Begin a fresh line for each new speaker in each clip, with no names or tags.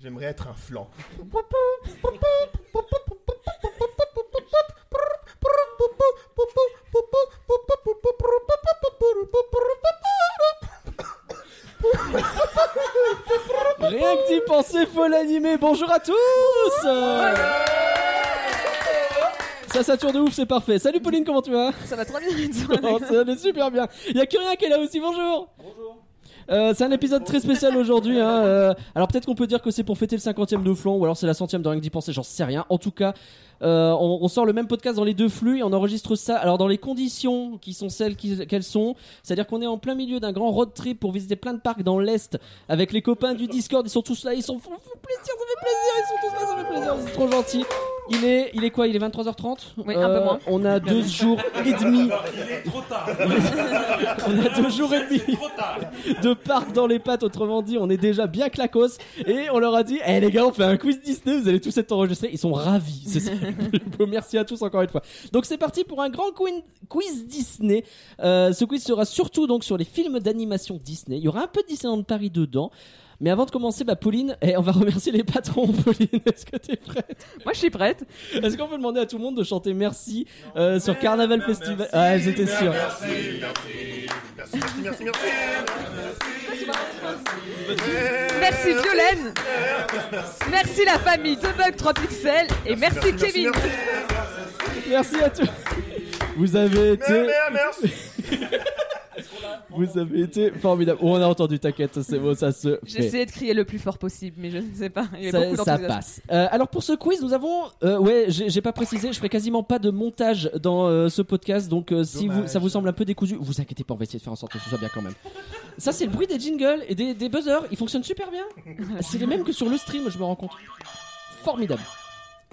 J'aimerais être un flan.
Rien que d'y penser, faut l'animer. Bonjour à tous Ça sature de ouf, c'est parfait. Salut Pauline, comment tu vas
Ça va très bien et toi,
Oh,
Alex
Ça allait super bien. Il y a Curien qui est là aussi, bonjour Euh, c'est un épisode très spécial aujourd'hui. hein, euh, alors peut-être qu'on peut dire que c'est pour fêter le 50e de Flan ou alors c'est la centième de Rien que d'y penser, j'en sais rien. En tout cas, euh, on, on sort le même podcast dans les deux flux et on enregistre ça. Alors dans les conditions qui sont celles qui- qu'elles sont, c'est-à-dire qu'on est en plein milieu d'un grand road trip pour visiter plein de parcs dans l'est avec les copains du Discord. Ils sont tous là, ils sont font font plaisir, ça fait plaisir, ils sont tous là, ça fait plaisir, c'est trop gentil. Il est, il est quoi Il est 23h30
Oui, un peu moins.
Euh, On a deux jours et demi.
Il est trop tard.
On a deux jours et demi
C'est trop tard.
de parc dans les pattes, autrement dit, on est déjà bien clacos. Et on leur a dit, eh les gars, on fait un quiz Disney, vous allez tous être enregistrés. Ils sont ravis. C'est ça le plus beau. Merci à tous encore une fois. Donc c'est parti pour un grand queen- quiz Disney. Euh, ce quiz sera surtout donc sur les films d'animation Disney. Il y aura un peu de Disneyland Paris dedans. Mais avant de commencer, bah, Pauline, eh, on va remercier les patrons. Pauline, est-ce que t'es prête
Moi je suis prête.
Est-ce qu'on peut demander à tout le monde de chanter merci euh, sur Carnaval Festival Ah, Ouais, j'étais sûr.
Merci, merci, merci, merci.
Merci Violaine. Merci la famille de Bug 3 pixels. Et merci, Kevin.
Merci,
Merci à tous. Vous avez été.
merci, merci.
Vous avez été formidable. Oh, on a entendu, t'inquiète, ça, c'est bon, ça se
J'ai
fait.
essayé de crier le plus fort possible, mais je ne sais pas. Il y avait
Ça,
beaucoup
ça
d'enthousiasme.
passe. Euh, alors pour ce quiz, nous avons, euh, ouais, j'ai j'ai pas précisé, je ferai quasiment pas de montage dans euh, ce podcast, donc euh, si
Dommage.
vous, ça vous semble un peu décousu, vous inquiétez pas, on va essayer de faire en sorte que ce soit bien quand même. Ça c'est le bruit des jingles et des, des buzzers, ils fonctionnent super bien. C'est les mêmes que sur le stream, je me rends compte. Formidable.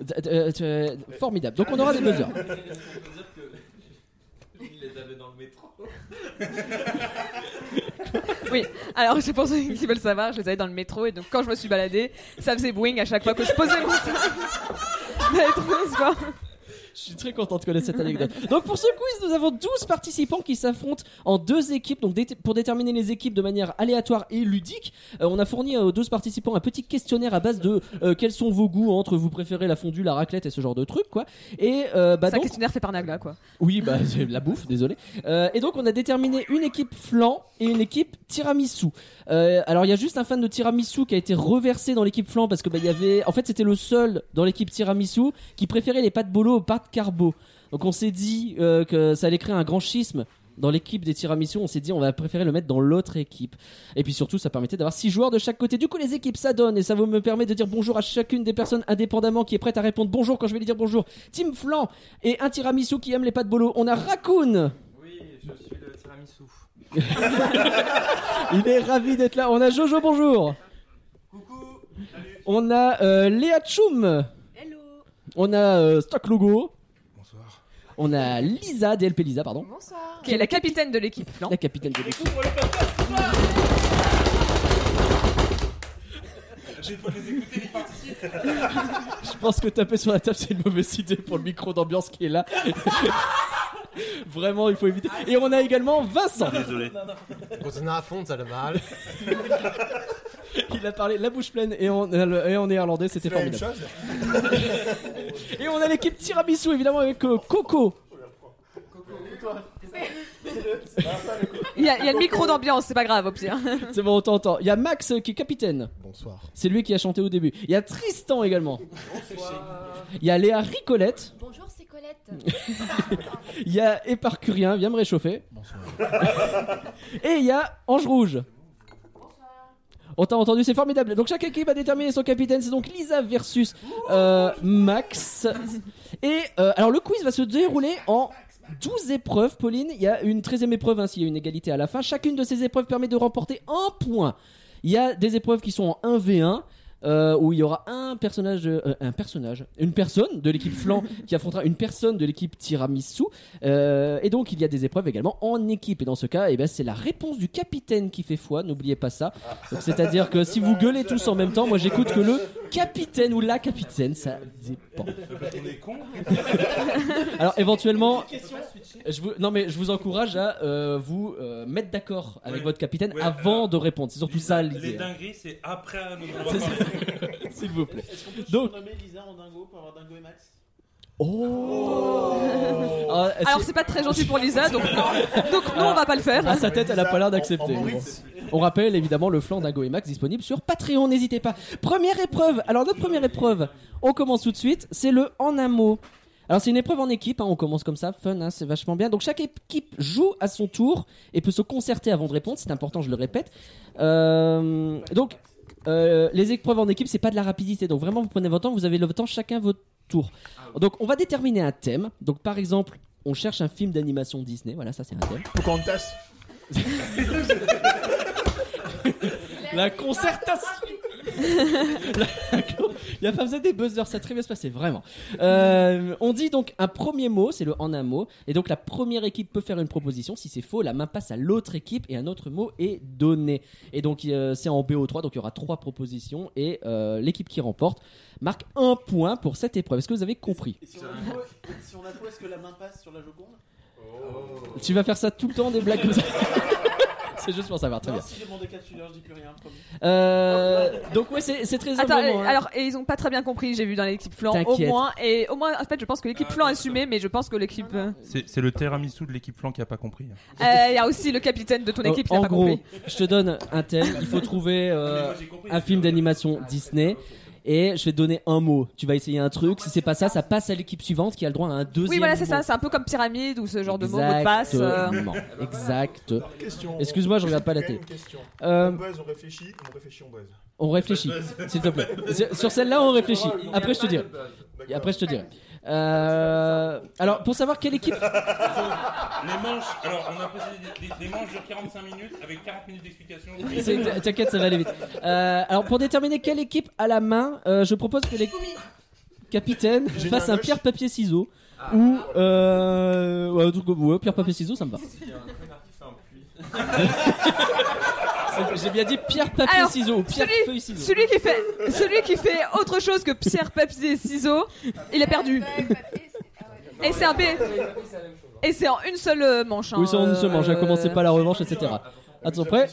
D- d- euh, t- euh, formidable. Donc on aura des buzzers.
Il les avait dans le métro.
Oui. Alors je pense qu'ils veulent savoir, je les avais dans le métro et donc quand je me suis baladée, ça faisait boing à chaque fois que je posais mon sac dans les transports.
Je suis très contente de connaître cette anecdote. Donc pour ce quiz, nous avons 12 participants qui s'affrontent en deux équipes. Donc dé- pour déterminer les équipes de manière aléatoire et ludique, euh, on a fourni aux 12 participants un petit questionnaire à base de euh, quels sont vos goûts entre vous préférez la fondue, la raclette et ce genre de trucs quoi. Et euh, bah
C'est un
donc
questionnaire fait par Nagla quoi.
oui, bah c'est la bouffe, désolé. Euh, et donc on a déterminé une équipe flan et une équipe tiramisu. Euh, alors il y a juste un fan de tiramisu qui a été reversé dans l'équipe flan parce que bah il y avait, en fait c'était le seul dans l'équipe tiramisu qui préférait les pâtes bolo aux pâtes carbo. Donc on s'est dit euh, que ça allait créer un grand schisme. Dans l'équipe des tiramisu, on s'est dit on va préférer le mettre dans l'autre équipe. Et puis surtout, ça permettait d'avoir six joueurs de chaque côté. Du coup, les équipes, ça donne et ça vous me permet de dire bonjour à chacune des personnes indépendamment qui est prête à répondre bonjour quand je vais lui dire bonjour. Team Flan et un tiramisu qui aime les pâtes bolo. On a Raccoon.
Oui, je suis le tiramisu.
Il est ravi d'être là. On a Jojo, bonjour.
Coucou. Salut.
On a euh, Léa Tchoum. On a euh, Stock Logo.
Bonsoir.
On a Lisa, DLP Lisa, pardon.
Qui est la capitaine de l'équipe flan.
La capitale de l'équipe.
Il faut les écouter, les participes.
Je pense que taper sur la table, c'est une mauvaise idée pour le micro d'ambiance qui est là. Vraiment, il faut éviter. Et on a également Vincent.
Désolé.
Continue à fond, ça le mal.
Il a parlé la bouche pleine et on, et on est irlandais, c'était
C'est la même
formidable.
chose.
Et on a l'équipe tiramisu évidemment avec euh, Coco.
Il y, a, il y a le micro d'ambiance, c'est pas grave au pire.
C'est bon, on t'entend. Il y a Max euh, qui est capitaine.
Bonsoir.
C'est lui qui a chanté au début. Il y a Tristan également. Il y a Léa Ricolette.
Bonjour, c'est Colette.
Il y a Éparcurien, viens me réchauffer. Et il y a Ange Rouge. On t'a entendu, c'est formidable. Donc chaque équipe a déterminé son capitaine. C'est donc Lisa versus euh, Max. Et euh, alors le quiz va se dérouler en 12 épreuves, Pauline. Il y a une 13e épreuve, ainsi il y a une égalité à la fin. Chacune de ces épreuves permet de remporter un point. Il y a des épreuves qui sont en 1v1. euh, où il y aura un personnage, euh, un personnage, une personne de l'équipe flan qui affrontera une personne de l'équipe tiramisu. Euh, et donc il y a des épreuves également en équipe. Et dans ce cas, eh ben, c'est la réponse du capitaine qui fait foi. N'oubliez pas ça. Donc, C'est-à-dire que si vous gueulez tous en même temps, moi j'écoute que le capitaine ou la capitaine, ça dépend.
On Euh, est con.
Alors éventuellement, je vous, non mais je vous encourage à euh, vous euh, mettre d'accord avec
Ouais.
votre capitaine
Ouais,
avant
alors,
de répondre. C'est surtout ça
Les
l'idée, hein,
dingueries, c'est après nous
C'est ça. s'il vous plaît.
Est-ce qu'on peut
Donc-
surnommer Lisa en dingo pour avoir dingo et Max
Oh.
Alors c'est pas très
Ah,
gentil pour Lisa, donc non, donc non, on va pas le faire.
à sa tête, elle a pas l'air d'accepter.
En- en
mais bon.
Maurice.
On rappelle évidemment le flanc d'Ago et Max disponible sur Patreon, n'hésitez pas. Première épreuve, alors notre première épreuve, on commence tout de suite, c'est le en un mot. Alors c'est une épreuve en équipe, hein, on commence comme ça, fun, hein, c'est vachement bien. Donc chaque équipe joue à son tour et peut se concerter avant de répondre, c'est important, je le répète. Euh, donc euh, les épreuves en équipe, c'est pas de la rapidité, donc vraiment vous prenez votre temps, vous avez le temps, chacun votre tour. Donc on va déterminer un thème, donc par exemple... On cherche un film d'animation Disney, voilà, ça c'est un thème.
Pocahontas.
La concertation Il n'y a pas besoin des buzzers, ça a très bien se passer, vraiment. Euh, on dit donc un premier mot, c'est le en un mot, et donc la première équipe peut faire une proposition. Si c'est faux, la main passe à l'autre équipe et un autre mot est donné. Et donc euh, c'est en BO3, donc il y aura trois propositions et euh, l'équipe qui remporte marque un point pour cette épreuve. Est-ce que vous avez compris
Et si on a faux, si on a faux, est-ce que la main passe sur la Joconde
Tu vas faire ça tout le temps des blagues comme ça C'est juste pour savoir, très
Non,
bien.
si j'ai mon décapsuleur, je dis plus rien. promis.
Euh, donc ouais, c'est c'est très
Attends, euh,
abondant, hein.
alors et ils ont pas très bien compris, j'ai vu dans l'équipe flanc au
T'inquiète.
moins et au moins en fait je pense que l'équipe
Ah,
flanc a
attends,
assumé mais je pense que l'équipe euh,
C'est le tiramisu de l'équipe flanc qui a pas compris.
il y a aussi le capitaine de ton équipe qui
en
a pas
gros,
compris.
je te donne un thème. Il faut trouver
Ah,
euh, un film d'animation Disney. Et je vais te donner un mot. Tu vas essayer un
Ah,
truc. Si c'est pas ça, ça passe à l'équipe suivante qui a le droit à un deuxième.
Oui voilà c'est ça,
mot.
c'est un peu comme pyramide ou ce genre de mot mot de passe. euh.
Exactement. Exact.
Question.
Excuse-moi, je regarde pas la
Quand même
télé.
une question.
Euh,
On buzz, on réfléchit, on réfléchit, on buzz.
on réfléchit, s'il te plaît. Sur- Sur celle-là, on réfléchit. Après, je te dirai. Et
D'accord.
après, je te dirai. Euh, Alors, pour savoir quelle équipe.
Les manches, alors on a posé des, des- des manches de 45 minutes avec 40 minutes d'explication.
C'est- T'inquiète, ça va aller vite. Euh, alors, pour déterminer quelle équipe a la main, euh, je propose que les capitaines
J'ai
fassent
mis un
un
moche.
pierre-papier-ciseaux. Ou. Euh, ouais, un truc comme- ouais, pierre-papier-ciseaux, ça me va.
Il y a un connard qui fait un puits.
J'ai bien dit pierre-papier-ciseaux ou pierre-feuille-ciseaux.
Celui qui fait celui qui fait autre chose que pierre papier ciseaux, il
Ah,
a perdu. Et c'est un B. Et c'est en une seule euh, manche. hein,
Oui, ça, on ne se
euh,
mange, hein, commencez pas la revanche, etc. Attends, prêt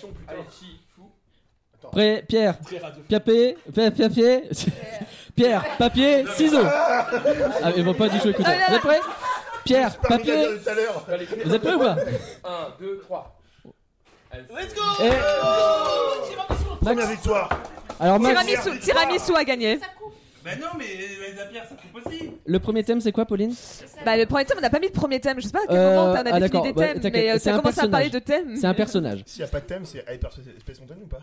Prêt, Pierre, Piapé, Pierre, Piapé, Pierre, papier, ciseaux. Ah, ils vont pas du tout écouter.
Ah, là, là.
Vous êtes prêts Pierre,
Parmi la
papier,
guerre de tout à l'heure.
vous êtes prêts ou pas
1, 2, 3. Let's go
Et-
Première victoire.
Alors, Max,
Tiramisu, tiramisu a gagné.
Bah non, mais les apières, ça c'est possible.
le premier thème, c'est quoi, Pauline
Bah le premier thème, on n'a pas mis de premier thème. Je sais pas à quel
Euh,
moment on
ah,
a
d'accord,
défini des
bah,
thèmes,
t'inquiète,
mais euh,
c'est
t'as
un
commencé à parler de
personnage.
thèmes.
C'est un personnage.
S'il n'y a pas de thème, c'est Hyper Space Mountain ou pas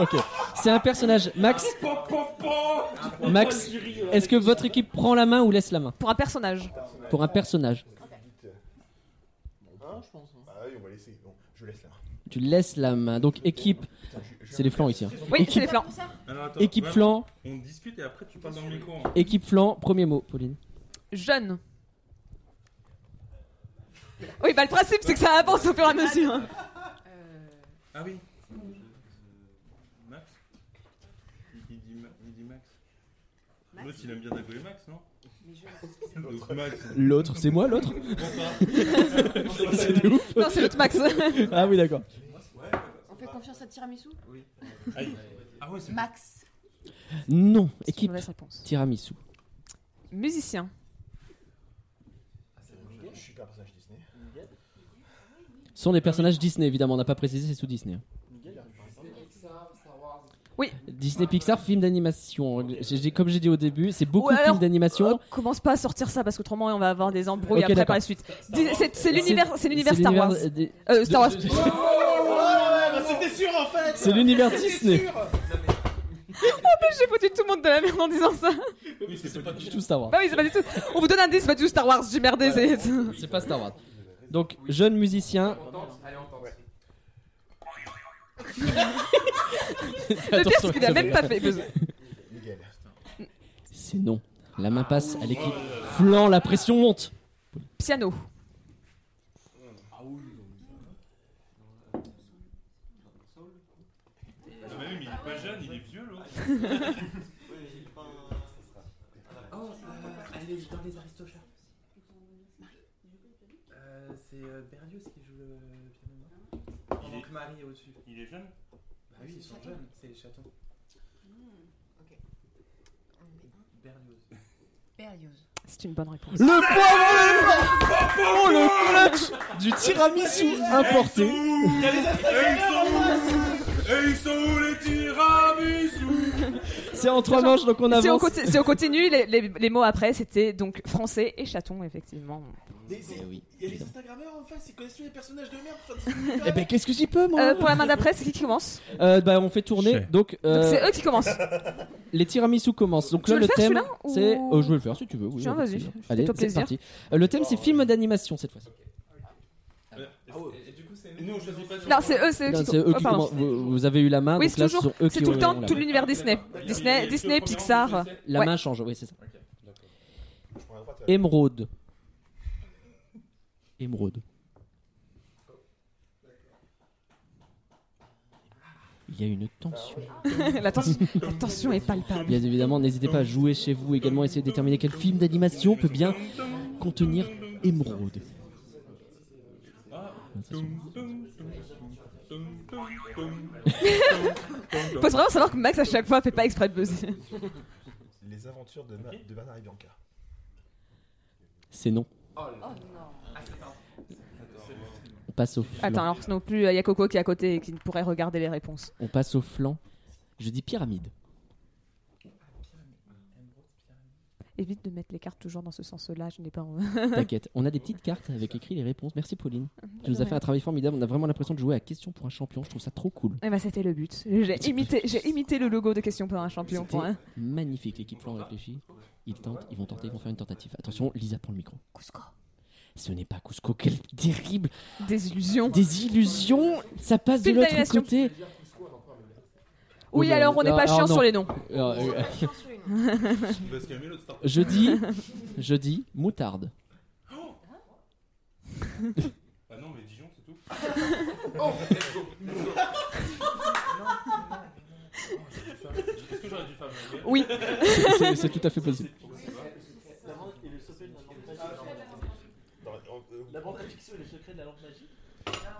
Ok. C'est un personnage. Max,
Ah,
Max, est-ce que votre équipe prend la main ou laisse la main
Pour un personnage.
Pour un personnage.
Hein, je pense. hein.
Ah oui, on va laisser. Bon, je laisse là.
Tu laisses la main. Donc, équipe, c'est les flancs ici. hein.
Oui,
Équipe-
c'est les flancs.
Équipe flanc,
On discute et après tu parles dans le micro.
équipe flanc, premier mot, Pauline.
Jeune. Oui, bah le principe, c'est que ça avance au fur et à mesure.
Euh,
Ah oui.
Mm.
Max il dit, Ma- il dit Max. L'autre il aime bien Dago et Max, non L'autre Max.
L'autre, c'est moi l'autre C'est ouf.
Non, c'est l'autre Max.
Ah oui, d'accord.
On fait confiance à Tiramisu
Ah ouais, c'est
Max.
Non,
C'est une
équipe
mauvaise réponse.
tiramisu.
Musicien.
Je suis pas un personnage Disney.
Ce sont des personnages Disney, évidemment, on n'a pas précisé, c'est sous Disney. hein.
Oui.
Disney Pixar, film d'animation. J'ai- j'ai- Comme j'ai dit au début, c'est beaucoup
Ouais,
de
alors,
films d'animation.
Oh, commence pas à sortir ça parce qu'autrement on va avoir des embrouilles
Ok,
après
d'accord.
par la suite. Dis- c'est- C'est l'univers, c'est l'univers
C'est
Star Wars.
euh, des-
Euh, Star Wars.
Ah, c'était sûr en fait
C'est l'univers Disney.
J'ai foutu tout le monde de la merde en disant ça.
C'est pas du tout Star Wars.
Bah oui, c'est pas du tout. On vous donne un 10, c'est pas du tout Star Wars. J'ai merdé. c'est-
C'est pas Star Wars. Donc, jeune musicien.
Allez, on tente.
Le pire,
Attention,
c'est qu'il a même pas fait.
Miguel.
C'est non. La main passe à l'équipe flanc, la pression monte.
Piano.
Ah bah oui, mais il est pas jeune, il est vieux l'autre.
Ah, Oh, elle est dans les Aristochats. Euh, c'est euh, Berlioz qui joue le piano. non Pendant que Marie est au-dessus.
Il est jeune
Bah oui, ils sont jeunes, c'est les chatons. Berlioz.
Berlioz.
C'est une bonne réponse.
Le point Oh le clutch du tiramisu importé.
Ils sont où Et ils sont où les tiramisu
C'est en trois manches donc on avance.
Si on, conti- si on continue, les, les- les mots après, c'était donc français et chaton, effectivement.
Des- c'est-
Eh oui,
Il y a les
évidemment.
Instagrammeurs en face, ils connaissent tous les personnages de merde.
Eh ben qu'est-ce que j'y peux moi
Euh, pour la main d'après, c'est qui qui commence
Euh, Bah on fait tourner
Chez.
donc, euh,
Donc, C'est eux qui commencent.
les tiramisu commencent. Donc
Tu
là
veux
le
le faire,
thème
celui-là, ou-
c'est Euh, je vais le faire si tu veux. Oui,
Tiens,
avec
vas-y,
plaisir.
fais-toi
Allez c'est
plaisir. Euh,
parti. Euh, le thème c'est film d'animation cette fois-ci.
Ah, Et, et du coup, c'est
Et nous, on choisit pas sur-
Non, c'est eux, c'est eux
Non,
qui,
Euh, C'est eux
oh,
qui
pardon.
commencent. vous, vous avez eu la main
Oui,
donc
c'est
là
toujours-
ce sont eux
C'est
qui
tout
ont Ah,
le
eu
temps
la
tout
main.
l'univers Disney.
Il y a- il y
Disney,
a-
Disney,
il y a-
Pixar.
La
Ouais.
main change oui c'est ça.
Je prends la droite. euh,
Émeraude. Émeraude. Il y a une tension.
la, tension, la tension est palpable.
Bien évidemment, n'hésitez pas à jouer chez vous également, essayez de déterminer quel film d'animation peut bien contenir émeraude.
Faut vraiment savoir que Max à chaque fois fait pas exprès de buzzer.
Les aventures de, Ma- de Bernard et Bianca.
C'est non.
Oh là
Oh
là.
non.
On passe au flanc.
Attends, alors non plus, euh, il y a Coco qui est à côté et qui pourrait regarder les réponses.
On passe au flanc. Je dis pyramide.
Évite de mettre les cartes toujours dans ce sens-là, je n'ai pas envie.
T'inquiète, on a des petites cartes avec écrit les réponses. Merci Pauline. Tu nous as fait un travail formidable. On a vraiment l'impression de jouer à question pour un champion. Je trouve ça trop cool.
Eh ben, c'était le but. J'ai imité, j'ai imité le logo de Question pour un champion.
C'était
Pour un...
magnifique. L'équipe flanc réfléchit. Ils tentent, ils vont tenter, ils vont faire une tentative. Attention, Lisa prend le micro.
Cusco.
Ce n'est pas Cusco. Quelle terrible
Désillusion.
des illusions. Ça passe de
Film
l'autre
d'animation.
côté. Oh
Oui, alors on n'est pas
Alors,
chiant
Ah, non.
sur les noms.
Alors, euh,
Il va se calmer l'autre star.
Je dis, je dis moutarde.
Ah non, mais Dijon, c'est tout. Est-ce que j'aurais dû faire mieux
Oui.
C'est c'est tout à fait possible.
Et le secret de la lampe magique.
Non, euh,
La bande à Picsou et le secret de la lampe magique.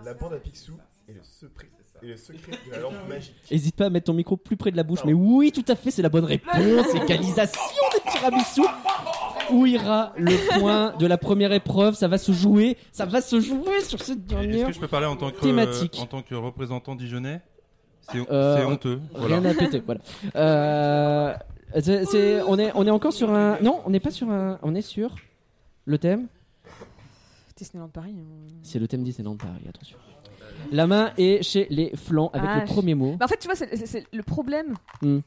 La bande à Picsou et le secret, et le secret de la lampe magique.
Hésite pas à mettre ton micro plus près de la bouche. Mais oui, tout à fait, c'est la bonne réponse. Égalisation des tiramisu. Où ira le point de la première épreuve Ça va se jouer. Ça va se jouer sur cette
Est-ce
dernière.
que je peux parler en tant que,
Thématique.
en tant que représentant dijonnais C'est
Euh,
c'est honteux. Voilà.
Rien à péter. Voilà. Euh, c'est- c'est- on est, on est encore sur un. Non, on n'est pas sur un. On est sur le thème.
Disneyland Paris. hein. on-
C'est le thème Disneyland Paris. Attention. La main est chez les flancs avec
Ah,
le premier mot.
Bah, en fait, tu vois, c'est- c'est c'est le problème,
Hmm.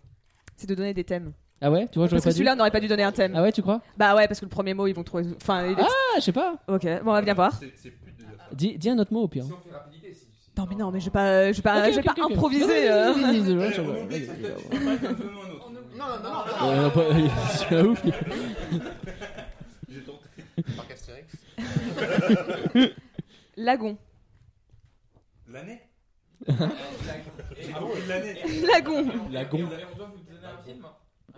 c'est de donner des thèmes.
Ah ouais, tu vois, j'aurais
Parce que
pas dû.
celui-là, on n'aurait pas dû donner un thème.
Ah ouais, tu crois
Bah ouais, parce que le premier mot, ils vont trouver. Enfin, il est-
Ah, je sais pas.
ok, bon, on va bien voir.
C'est c'est plus de dire ça.
Dis, dis un autre mot au pire.
Si on fait rapidité, si. si-
Non, mais non, mais je vais pas, je vais
Ok,
pas, Ah, je vais
ok,
pas
ok, ok.
improviser.
Non,
euh.
non, non, non, non,
Eh,
non, non,
on oublie
non,
que c'est
non,
peut-être- c'est pas comme nous, un autre.
Non, non, non,
non,
non.
non, pas- C'est ouf.
J'ai tenté.
Parc Astérix.
Lagon.
L'année
Et-
Ah bon, l'année
Lagon.
La
et on- et on
gonfle.
doit vous donner un film Un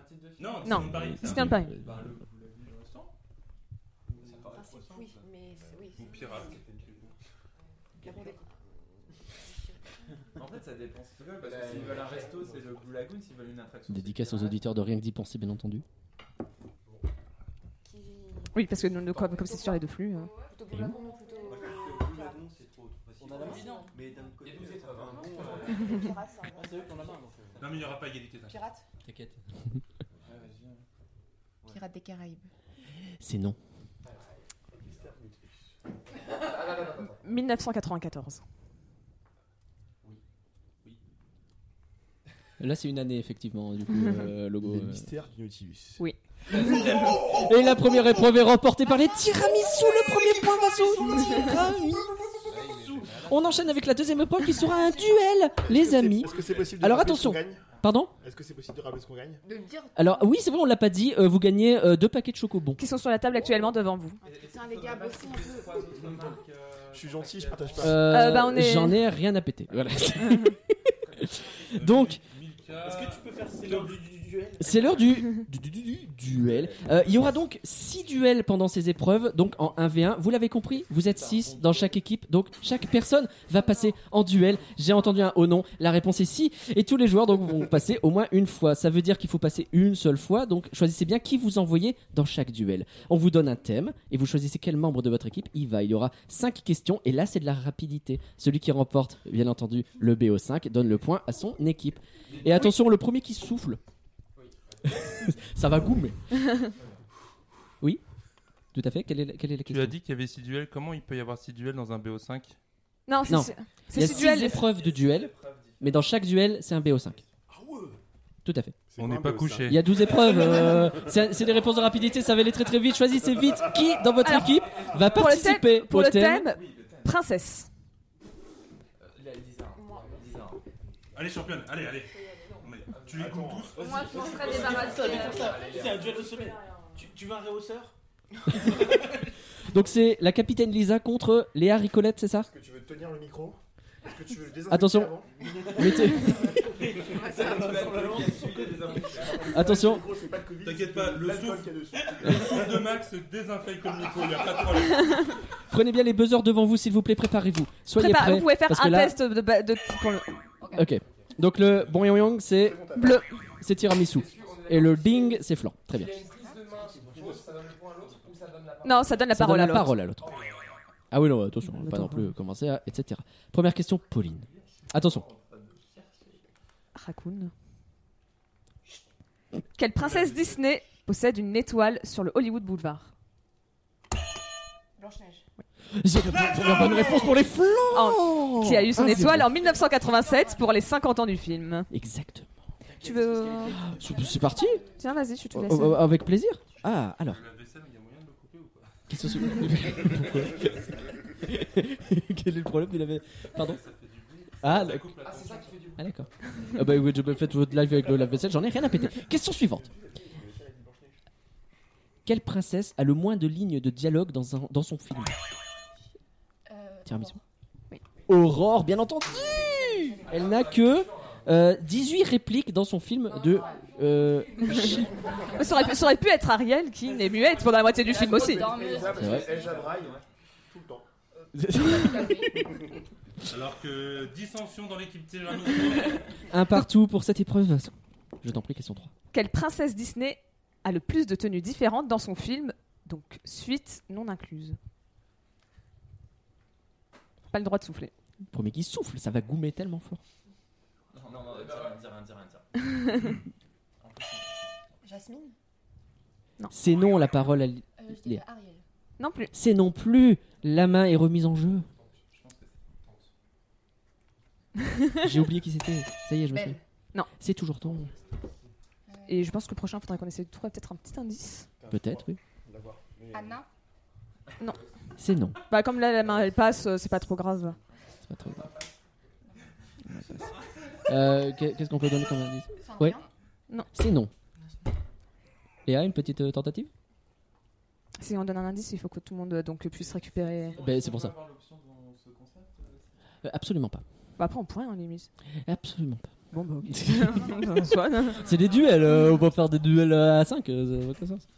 titre de film
Non,
Non.
c'est Paris. ça.
C'était un pareil.
Bah, le- le- le restant Ça paraît trop simple.
Ah, Oui, mais c'est oui.
Ou pirate.
En fait, ça dépend ce qu'ils veulent. Parce que s'ils veulent un resto, c'est le Blue Lagoon. S'ils veulent une attraction.
Dédicace aux auditeurs de rien que d'y penser, bien entendu.
Oui, parce que nous, nous, comme comme c'est sur les deux flux. euh.
Plutôt que Lagon, non, plutôt.
On
bah,
a la main.
Il y a 12 épreuves. hein.
euh. Pirate, ça.
Ah, c'est eux qui ont la main. donc, euh.
Non, mais il n'y aura pas égalité. ça.
Pirate
T'inquiète.
Pirate des Caraïbes.
C'est non.
Ah, là, là, là, là, là.
1994.
Là, c'est une année, effectivement, du coup, euh, logo.
Les
euh.
mystères du Nautilus.
Oui.
Et la première épreuve est remportée par les tiramisu. Le premier point va sur tiramisu. On enchaîne avec la deuxième épreuve qui sera un duel, les amis.
Est-ce que c'est possible de
Alors,
rappeler ce
attention.
qu'on gagne
Pardon
Est-ce que c'est possible de rappeler ce qu'on gagne
De le dire.
Alors, oui, c'est vrai, on l'a pas dit. euh, vous gagnez euh, deux paquets de chocobons.
Qui sont sur la table actuellement devant vous.
Et- et c'est
Ah, Putain, les
sur
gars,
la base que
bossez un
les
peu.
trois autres marques, euh,
Je suis gentil, je
contactent-
partage pas.
Euh,
bah, on est-
J'en ai rien à péter. Voilà.
Euh,
Donc-
Milka,
l'heure du du- du duel.
C'est l'heure du, du- du- du- du- duel. Euh, il y aura donc 6 duels pendant ces épreuves, donc en 1v1. Vous l'avez compris, vous êtes 6 dans chaque équipe, donc chaque personne va passer en duel. J'ai entendu un oh non, la réponse est si. Et tous les joueurs donc, vont passer au moins une fois. Ça veut dire qu'il faut passer une seule fois, donc choisissez bien qui vous envoyez dans chaque duel. On vous donne un thème et vous choisissez quel membre de votre équipe y va. Il y aura 5 questions et là c'est de la rapidité. Celui qui remporte, bien entendu, le BO5 donne le point à son équipe. Et attention, le premier qui souffle ça va goumer. oui Tout à fait. Quelle est la, quelle est la
Tu
question
as dit qu'il y avait 6 duels. Comment il peut y avoir 6 duels dans un BO5
Non,
Non.
c'est-
Il y
c'est
a
ce
six
duel.
épreuves de duel, mais dans chaque duel, c'est un BO5. Tout à fait.
On n'est pas couché.
Il y a 12 épreuves. euh, c'est c'est des réponses de rapidité, ça va aller très très vite. Choisissez vite qui dans votre
Alors,
équipe va
Pour le thème,
participer
pour
au
le thème, princesse.
La Lisa.
Moi.
Lisa.
Allez, championne, allez, allez. Mais Tu les comptes tous
Moi, je m'en serais
Ça, mais pour
débarrassée.
ça, C'est un duel de semaine. Tu, tu veux un réhausseur
Donc c'est la capitaine Lisa contre Léa Ricolette, c'est ça
Est-ce que tu veux tenir le micro Est-ce que tu veux le désinfecter
Attention.
avant
Mettez-
C'est un duel de
Attention,
Le micro, c'est pas le Covid,
T'inquiète
c'est
pas, le
l'alcool
souffle.
qu'il y a dessus.
Le souffle de Max désinfecte le micro, il a pas de problème.
prenez bien les buzzers devant vous, s'il vous plaît, préparez-vous. Soyez
Prépare-
prêts.
vous pouvez faire
parce
un
que là-
test de, ba- de- pour le-
Ok. Donc le bon yong yong, c'est bleu, c'est tiramisu. Et le ding, c'est flan. Très bien.
Il y a une prise de main, tu poses, ça donne le point à l'autre ou ça donne la parole
Non, ça donne la
Ça
parole
donne la
à l'autre. hein.
parole à l'autre. Ah oui, non, attention,
On
pas
attend
non plus commencer à. etc. Première question, Pauline. Attention.
Raccoon. Quelle princesse Disney possède une étoile sur le Hollywood Boulevard
Blanche-Neige.
C'est la, bonne- la bonne réponse pour les Ah, flans
Oh. Qui a eu son
Un zéro.
étoile en 1987 pour les 50 ans du film.
Exactement.
Tu veux. euh,
Ah, C'est c'est parti
Tiens, vas-y, je te
Oh,
laisse.
oh, Avec plaisir Ah, alors.
La vaisselle, il y a moyen de le couper ou pas
qu'est-ce que c'est- Pourquoi Quel est le problème Il avait. Pardon Ah, le-
Ah, c'est ça qui fait du
ah, d'accord. Ah bah oui, je me faites votre live avec le lave-vaisselle, j'en ai rien à péter. Question suivante. Quelle princesse a le moins de lignes de dialogue dans, un- dans son film
Euh,
Tiramisu.
bon.
Aurore, bien entendu Elle n'a que euh, 18 répliques dans son film de... euh, Chi-
Ça aurait, pu, ça aurait pu être Ariel qui n'est muette pendant la moitié du film aussi.
Elsa, parce
vrai.
que Elsa braille tout le temps.
Alors que dissension dans l'équipe Tiramisu.
un partout pour cette épreuve. Je t'en prie, question 3.
Quelle princesse Disney a le plus de tenues différentes dans son film, donc suite non incluse Pas le droit de souffler.
Premier qui souffle, ça va goumer tellement fort.
Non, non, non, dire rien, dire rien, dire rien. dire.
Jasmine
C'est non la parole à... Li-
Euh, Je dirais Ariel.
Non plus.
C'est non plus la main est remise en jeu. J'ai oublié qui c'était. Ça y est, je me
Belle.
souviens.
Non.
C'est toujours ton.
Et je pense que le prochain, faudrait qu'on essaie de trouver peut-être un petit indice.
Peut-être, oui.
D'avoir. Mais, euh,
Anna
C'est non.
Bah, comme là, la main elle passe, euh, c'est pas trop grave.
C'est pas trop grave. Euh, qu'est- Qu'est-ce qu'on peut donner comme indice Ouais. C'est non. Léa, une petite euh, tentative
Si on donne un indice, il faut que tout le monde euh, donc, puisse récupérer.
Ben, c'est pour ça.
On peut avoir l'option dans ce concept euh,
Euh, Absolument pas.
Bah, après, on pourrait, en limite.
Absolument pas.
Bon, bah, ok. Antoine.
C'est des duels, euh, on peut faire des duels euh, à 5, ça n'a aucun sens.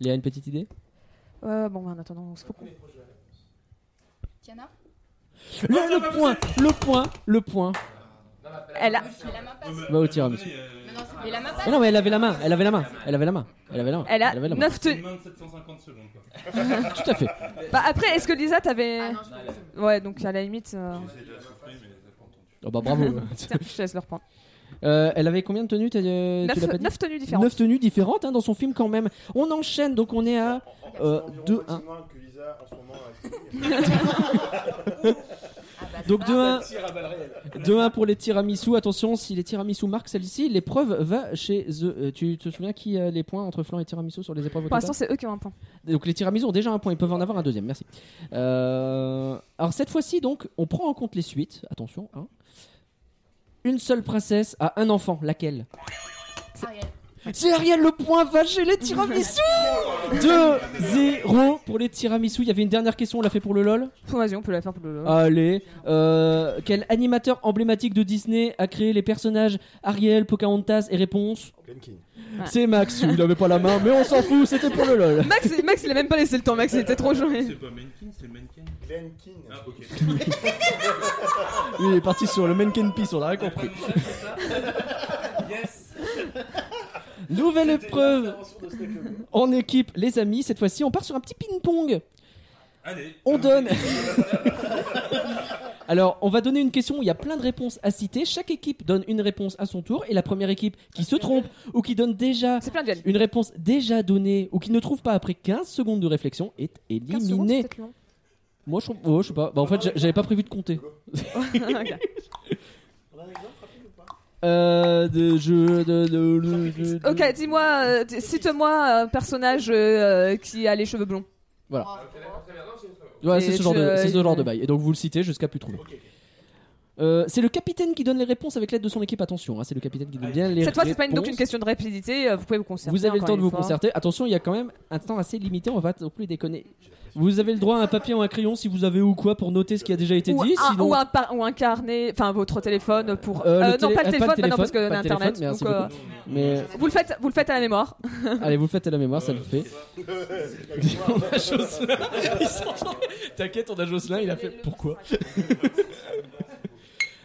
Léa, une petite idée
Ouais, bon, bah, en attendant, on se faut qu'on-
Tiana
le, le point, le point, le point.
Non, la- la-
Elle a.
Mais la main passe.
Va au tiramisu.
euh,
Mais non, c'est- mais la main
Mais
passe.
Ah Oh non, mais elle avait la main, elle avait la main, elle avait la main, elle avait la main.
Elle a
avait la main.
9
C'est une
tenues.
main de 750 secondes. Quoi.
Tout à fait.
Bah, après, est-ce que Lisa, t'avais.
Ah non, je
Non,
peux
elle a-
Ouais, donc à la limite, euh,
J'ai déjà soufflé, mais j'ai pas entendu.
Oh bah bravo.
tiens, je te laisse le reprendre.
Euh, elle avait combien de tenues t'as, euh, Tu l'as pas
9,
dit
tenues différentes.
Neuf tenues différentes hein, dans son film quand même. On enchaîne, donc on est à Euh,
C'est environ
deux,
moitié
un.
moins que Lisa en ce moment.
Ah, bah,
Donc
ça
de
va.
1
Tire à balles réelles.
2-1 pour les tiramisu. Attention, si les tiramisu marquent celle-ci, l'épreuve va chez eux. Euh, tu te souviens qui a les points entre flanc et tiramisu sur les épreuves au
Pour
total
l'instant, c'est eux qui ont un point.
Donc les tiramisu ont déjà un point, ils peuvent en avoir un deuxième. Merci. Euh, alors cette fois-ci, donc, on prend en compte les suites. Attention. hein. Une seule princesse a un enfant. Laquelle
Ariel.
C'est Ariel le point va chez les tiramisu 2-0 pour les tiramisu. Il y avait une dernière question, on l'a fait pour le LOL.
Vas-y, on peut la faire pour
Ah.
le.
Allez, euh, quel animateur emblématique de Disney a créé les personnages Ariel, Pocahontas et Réponse
Glen King.
C'est Max, il avait pas la main, mais on s'en fout, c'était pour le LOL.
Max, Max, il a même pas laissé le temps. Max, il était trop joué.
C'est pas Menkin, c'est Menkin.
Glen King.
Ah, ok.
Il est parti sur le Menken Peace, on l'a rien compris.
Yes
Nouvelle épreuve
Intervention de Stockholm.
en équipe, les amis. Cette fois-ci, on part sur un petit ping-pong.
Allez.
On donne. Alors, on va donner une question où il y a plein de réponses à citer. Chaque équipe donne une réponse à son tour. Et la première équipe qui se trompe ou qui donne déjà
C'est plein de gel.
une réponse déjà donnée ou qui ne trouve pas après 15 secondes de réflexion est
15 secondes, c'est
éliminée.
peut-être long.
Moi, je, trouve- ouais, je sais pas. Bah, en fait, j'a- j'avais pas prévu de compter.
Ok.
On a un exemple rapide ou pas
Euh, de jeu, de, de- de- de- de-
Ok, dis-moi, euh, t- cite-moi un personnage euh, qui a les cheveux blonds.
Ah.
Ouais, c'est
Et
ce genre de,
je-
c'est ce genre de bail. Et donc vous le citez jusqu'à plus trouver. Euh, c'est le capitaine qui donne les réponses avec l'aide de son équipe. Attention, hein, c'est le capitaine qui donne bien les réponses.
Cette fois, c'est pas une, donc une question de rapidité. euh, Vous pouvez vous concerter.
Vous avez le
encore
temps de
une
vous
fois.
concerter. Attention, il y a quand même un temps assez limité. On va pas non plus déconner. Vous avez le droit à un papier ou un crayon si vous avez ou quoi pour noter ce qui a déjà été
Ou,
dit.
un,
sinon,
ou, un par- ou un carnet, enfin votre téléphone pour.
Euh, le
euh,
télé-
non, pas
ah,
le téléphone, bah non, parce que
pas le
l'internet.
téléphone, merci
donc, euh,
Mais
vous le faites, vous le faites à la mémoire.
allez, vous le faites à la mémoire, ça le fait. on a Ah, Jocelyn. Ils sont- T'inquiète, on a Jocelyn. Il a fait pourquoi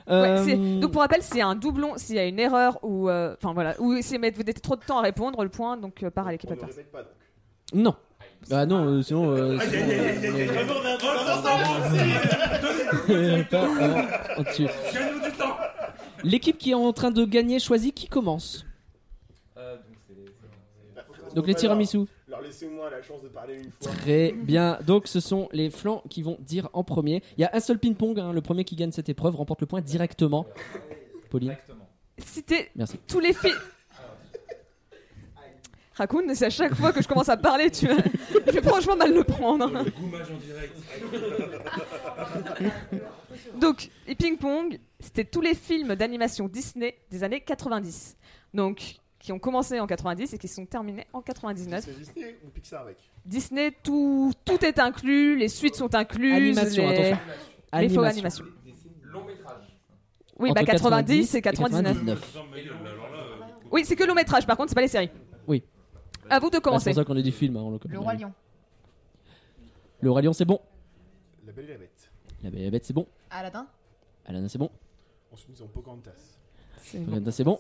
Ouais,
Euh,
c'est- donc pour rappel, s'il y a un doublon, s'il y a une erreur ou euh, enfin voilà, ou si vous mettez trop de temps à répondre, le point donc euh, part à l'équipe
On ne
adverse.
répète pas donc.
Non. Bah non, euh, sinon. euh, sinon,
Vraiment, on a un
euh, pas- ah non, au-dessus.
Gagne-nous du temps
L'équipe qui est en train de gagner choisit qui commence.
Euh, donc c'est- c'est-
Donc les
Oh
tiramisu.
Alors laissez-moi la chance de parler une fois.
Très bien. Donc ce sont les flancs qui vont dire en premier. Il y a un seul ping-pong. hein. Le premier qui gagne cette épreuve remporte le point directement. Pauline.
Exactement.
Citez
Merci.
tous les films. Raccoon, c'est à chaque fois que je commence à parler, tu vois. Je vais franchement mal le prendre.
Le goumage en direct.
Donc, et Ping Pong, c'était tous les films d'animation Disney des années 90. Donc, qui ont commencé en 90 et qui sont terminés en 99.
C'est Disney ou Pixar avec
Disney, tout, tout est inclus, les suites sont incluses.
Animation,
les,
attention.
les
Animation.
faux
Ah,
animations.
Long métrage.
Oui,
Entre
bah 90 et
99.
99.
Moi, je ferme ma gueule, là, alors là, euh,
Oui, c'est que long métrage, par contre, c'est pas les séries.
Oui.
À vous
Ah,
de
C'est
commencer.
pour ça qu'on a dit film. hein, en l'occurrence.
Le Roi Lion.
Le Roi Lion, c'est bon.
La Belle et la Bête.
La Belle et la Bête, c'est bon.
Aladdin.
Alana, c'est bon.
Ensuite ils ont Pocahontas.
C'est bon.
Pocahontas, c'est bon.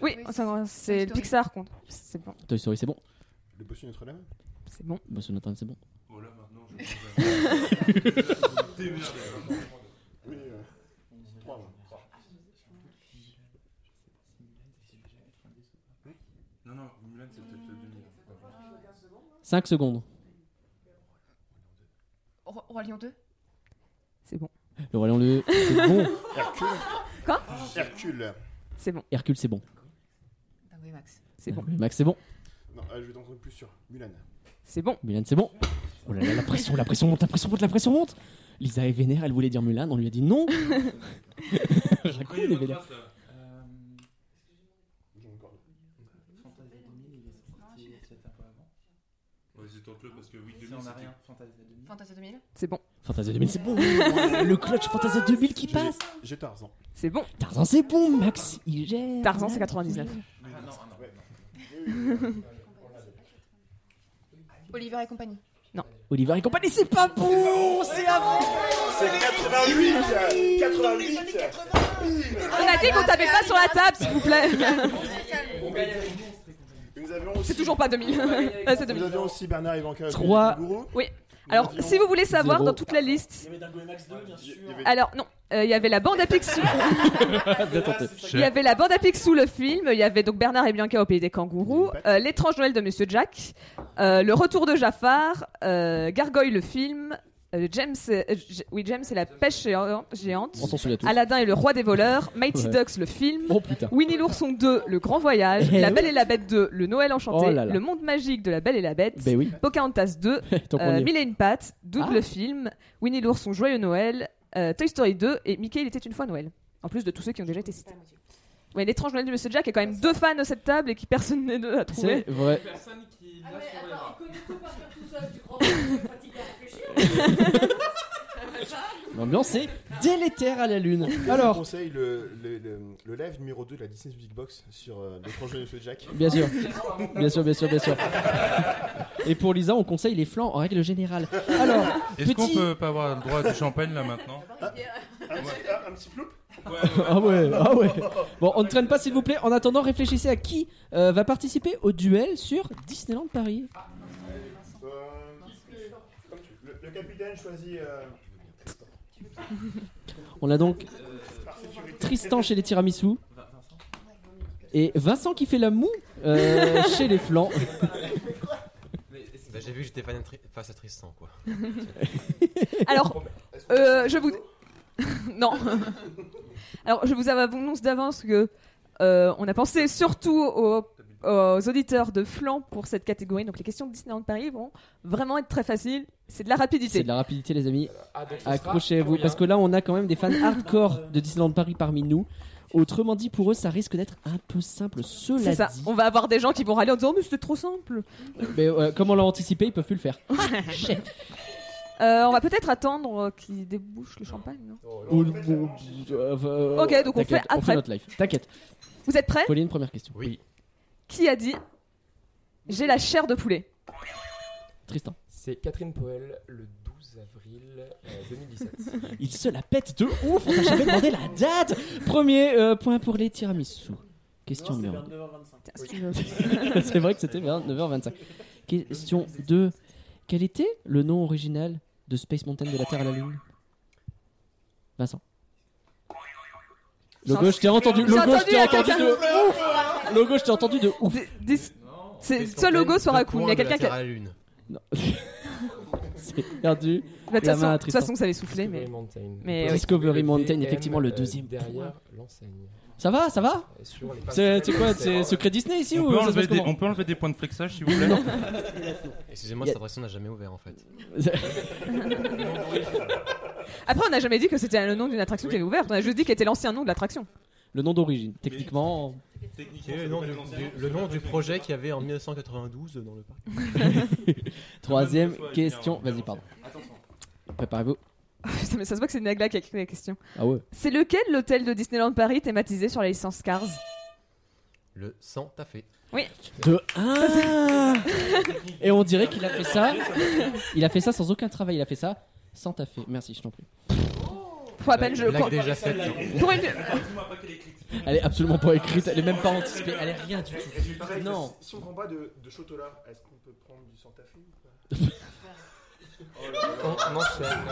Oui,
Oui,
c'est-
c'est
c'est
Story.
Pixar contre. C'est bon,
Toy Story, c'est bon.
Le Bossu Notre-Dame.
c'est bon.
Monsieur Nathan, c'est bon.
Bon, Oh là, maintenant, je mange un- T'es merde.
Oui. euh, trois, ouais.
Non, non, Mulan, c'est peut-être le 2000.
5 secondes.
Ro- Roi Lion 2.
C'est bon.
Le Roi Lion, le- c'est bon.
Hercule.
Quoi
Hercule.
C'est bon.
Hercule, c'est bon.
Dingo et Max.
C'est bon.
Max, c'est bon.
Non, euh, je vais t'en prendre plus sûr. Mulan.
C'est bon.
Mulan, c'est bon. Oh là là, la pression, la pression monte, la pression monte, la pression monte. Lisa est vénère, elle voulait dire Mulan, on lui a dit non. Raccoon
Prenez
est
votre
vénère.
place, là.
Euh,
J'en ai encore deux.
Fantasia 2000, il est sorti peut-être un peu avant.
Vas-y, tente-le, parce que oui,
Si
2000,
on a
c'était-
rien, Fantasia 2000.
Fantasia 2000.
C'est bon.
Fantasia 2000, c'est bon. Le clutch Fantasia 2000 qui
J'ai-
passe.
J'ai Tarzan.
C'est bon.
Tarzan, c'est bon, Max, il gère.
Tarzan, c'est 99.
Ah non, ah non.
Oliver et compagnie.
Oliver et compagnie, c'est pas bon. C'est avant.
C'est 88 euh, 88
On a dit qu'on tapait pas sur la table, s'il vous plaît.
Ah,
Nous avions aussi,
C'est toujours pas 2000. Ouais, c'est
nous
2000.
avions aussi Bernard et Vanka.
Trois.
Oui. Alors, si vous voulez savoir,
Zéro.
dans toute la
Il
liste.
y avait Dingo et Max 2, bien sûr.
Alors, non. euh, Il y avait la bande à Picsou.
Bien tenté.
Il y avait la bande à Picsou, le film. Il y avait donc Bernard et Bianca au pays des kangourous. euh, L'étrange Noël de Monsieur Jack. euh, le retour de Jafar. euh, Gargoyle, le film. euh, James, euh, J- oui, James et la pêche géant- géante.
On s'en souvient tous.
Aladdin et le roi des voleurs. Mighty
Ouais.
Ducks, le film.
Oh putain.
Winnie l'ourson 2, Le Grand Voyage,
Eh
La
oui.
Belle et la Bête 2, Le Noël Enchanté,
Oh là là.
Le Monde Magique de La Belle et la Bête,
Ben oui,
Pocahontas 2,
tant qu'on
euh,
y est.
Mille et une pattes, Doug
Ah.
le film, Winnie l'ourson Joyeux Noël, euh, Toy Story 2 et Mickey, il était une fois Noël. En plus de tous ceux qui ont déjà été cités. Ouais, l'étrange Noël de Monsieur Jack, il y a quand même deux fans à cette table et qui personne des deux a trouvé.
C'est vrai.
Personne qui
Ah
l'a
mais
sur les
attends,
bras.
il connaît tout par cœur tout seul, tu crois pas que c'est fatigué à réfléchir
L'ambiance est délétère à la lune.
Alors. Je vous
Alors,
conseille le, le, le- le live numéro 2 de la Disney Music Box sur euh, l'étrange Noël de Monsieur Jack.
bien sûr, bien sûr, bien sûr, bien sûr. Et pour Lisa, on conseille les flancs en règle générale. Alors,
Est-ce qu'on
Petit-
peut pas avoir le droit à du champagne là maintenant
Ah.
Un petit, Euh, un, un petit ploup
Ouais, ouais, ouais.
ah ouais, ah ouais. Bon, on ne traîne pas, s'il vous plaît. En attendant, réfléchissez à qui euh, va participer au duel sur Disneyland Paris.
Euh, comme tu- le, le capitaine choisit. euh,
On a donc
par sécurité.
Tristan chez les tiramisu
Va- Vincent
et Vincent qui fait la moue euh, chez les flancs.
Mais est-ce
Bah, j'ai vu que j'étais fan de Tri- face à Tristan, quoi.
Alors,
bah,
Est-ce qu'on-
Euh, je vous- non. Alors, je vous annonce d'avance que euh, on a pensé surtout aux, aux auditeurs de flanc pour cette catégorie. Donc, les questions de Disneyland Paris vont vraiment être très faciles. C'est de la rapidité.
C'est de la rapidité, les amis.
Ah, donc ce sera
Accrochez-vous
Florian.
parce que là, on a quand même des fans hardcore de Disneyland Paris parmi nous. Autrement dit, pour eux, ça risque d'être un peu simple. Cela
C'est ça.
dit,
On va avoir des gens qui vont râler en disant oh, mais c'était trop simple.
mais euh, comme on l'a anticipé, ils peuvent plus le faire.
Euh, on va peut-être attendre euh, qu'ils débouchent le champagne. non
Ou- ou- euh,
Ok, donc on
t'inquiète,
fait après. Eh
notre live. T'inquiète.
Vous êtes prêts
Pauline, première question.
Oui.
Qui a dit j'ai la chair de poulet
Tristan.
C'est Catherine Poel le 12 avril euh, 2017.
Il se la pète de ouf. On t'a jamais demandé la date. Premier euh, point pour les tiramisu. Question
Non, c'est
numéro
29h25.
Tiens,
Oui.
si tu veux.
deux. C'est vrai que c'était vers 9h25. Question 2. Quel était le nom original de Space Mountain de la Terre à la Lune Vincent. Logo, je t'ai entendu.
J'ai
Logo, je
entendu,
t'ai
à
entendu
quelqu'un.
de
E.
ouf. Logo, je t'ai entendu de ouf.
Dis- dis-
Non.
C'est
Tristan
soit logo,
Penn,
soit
deux
Raccoon. Il y
points
a
de la
quelqu'un qui
Terre
a.
à la Lune.
Non. C'est perdu.
Bah, De toute
La
façon-
main à
de toute
Tristan.
façon, ça avait soufflé, mais.
Discovery Mountain.
Mais
Le
oui.
Discovery
DM,
Mountain, effectivement, le
euh,
deuxième
Derrière l'enseigne.
Ça va, ça va
Euh, sur les
C'est
passerelles,
c'est quoi C'est
euh,
secret Disney ici
on,
ou
peut
ça se
enlever
passe
des,
comment
on peut enlever des points de flexage s'il vous plaît
Excusez-moi,
Y a-
cette adresse on n'a jamais ouvert en fait.
Après, on n'a jamais dit que c'était le nom d'une attraction qui est ouverte. On a juste dit qu'elle était l'ancien nom de l'attraction.
Le nom d'origine, techniquement.
Quel est le nom du, du- le nom du projet qu'il y avait en 1992 dans le parc
Troisième
Bonne fois, hein,
question.
il vient,
Vas-y,
il
pardon.
Attention.
Préparez-vous.
Putain, mais ça se voit que c'est Nagla qui a écrit la question.
Ah ouais.
C'est lequel l'hôtel de Disneyland Paris thématisé sur la licence Cars
Le Santa Fe.
De 1 Et on dirait qu'il a fait ça. Il a fait ça sans aucun travail. Il a fait ça sans taffer Merci, je t'en prie.
Faut à peine je.
Blague
Pour,
déjà faite.
pour une-
Dis-moi pas qu'elle est critique.
Elle est absolument pas écrite. Elle est même pas anticipée. Elle est rien du tout.
Et puis, pareil,
Ah, Non.
Si on prend pas de, de Chotola, est-ce qu'on peut prendre du Santa Fe ou pas
On on enchaîne.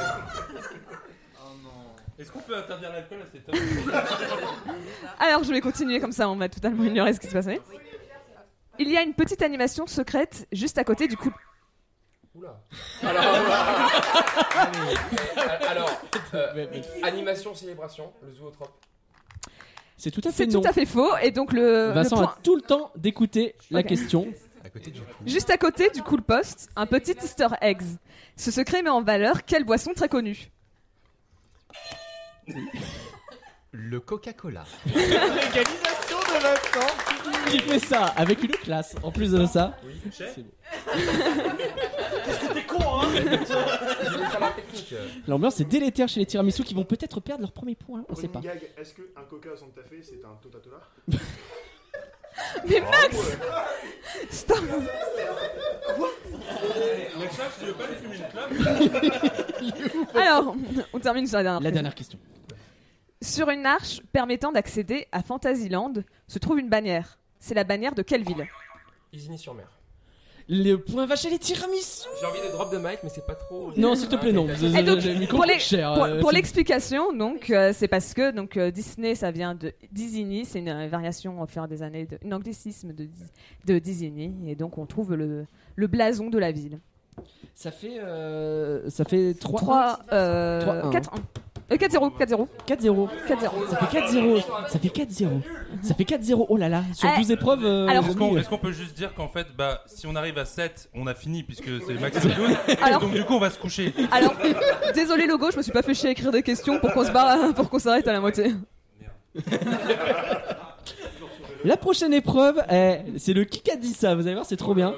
Oh non.
Est-ce qu'on peut interdire l'alcool à cet homme
Alors, je vais continuer comme ça, on va totalement ignorer ce qui se passait. Il y a une petite animation secrète juste à côté du coup.
Oula.
Alors,
Alors, euh, animation, célébration, le zootrope.
C'est tout à fait
C'est
non.
tout à fait faux. Et donc le, le
Vincent
point-
a tout le temps d'écouter la
Ok.
question.
À côté du coup.
Juste à côté du cool post, un petit Easter egg. Ce secret met en valeur quelle boisson très connue
Le Coca-Cola.
L'égalisation de Vincent Il fait ça avec une classe. En plus de ça.
Oui,
C'est bon.
C'était con, hein
L'ambiance est délétère chez les tiramisu qui vont peut-être perdre leur premier point. hein. On sait
Running
pas.
Gag, est-ce qu'un coca au Santa Fe c'est un Totatola
Mais Max
Ah
Stop
La clope, tu veux pas lui fumer une clope
Alors, on termine sur la dernière.
La dernière question.
Sur une arche permettant d'accéder à Fantasyland se trouve une bannière. C'est la bannière de quelle
Euh,
ville
Isigny-sur-Mer.
Le point va chez les tiramisu.
J'ai envie de drop de mic, mais c'est pas trop. Ah,
Non, s'il te plaît, non.
Et donc,
J'ai mis
pour
contre
les-
cher,
Pour,
euh,
pour
c'est-
l'explication, donc euh, c'est parce que donc euh, Disney, ça vient de Disney, c'est une euh, variation au fur des années, de, un anglicisme de, Dis- de Disney, et donc on trouve le, le blason de la ville.
Ça fait, euh, ça fait 3
3,
Trois,
trois, un.
4 ans. Euh, 4-0, 4-0.
4-0.
4-0.
Ça fait 4-0. Ça fait 4-0. Ça fait 4-0. Oh là là, sur
Eh,
12 épreuves. euh,
alors-
les
Est-ce qu'on
amis,
est-ce qu'on peut juste dire qu'en fait, bah, si on arrive à 7, on a fini puisque c'est maximum 12
Alors-
Donc du coup, on va se coucher.
Alors, désolé Logo, je me suis pas fait chier à écrire des questions pour qu'on se barre, pour qu'on s'arrête à la moitié.
La prochaine épreuve, eh, c'est le qui a dit ça. Vous allez voir, c'est trop bien.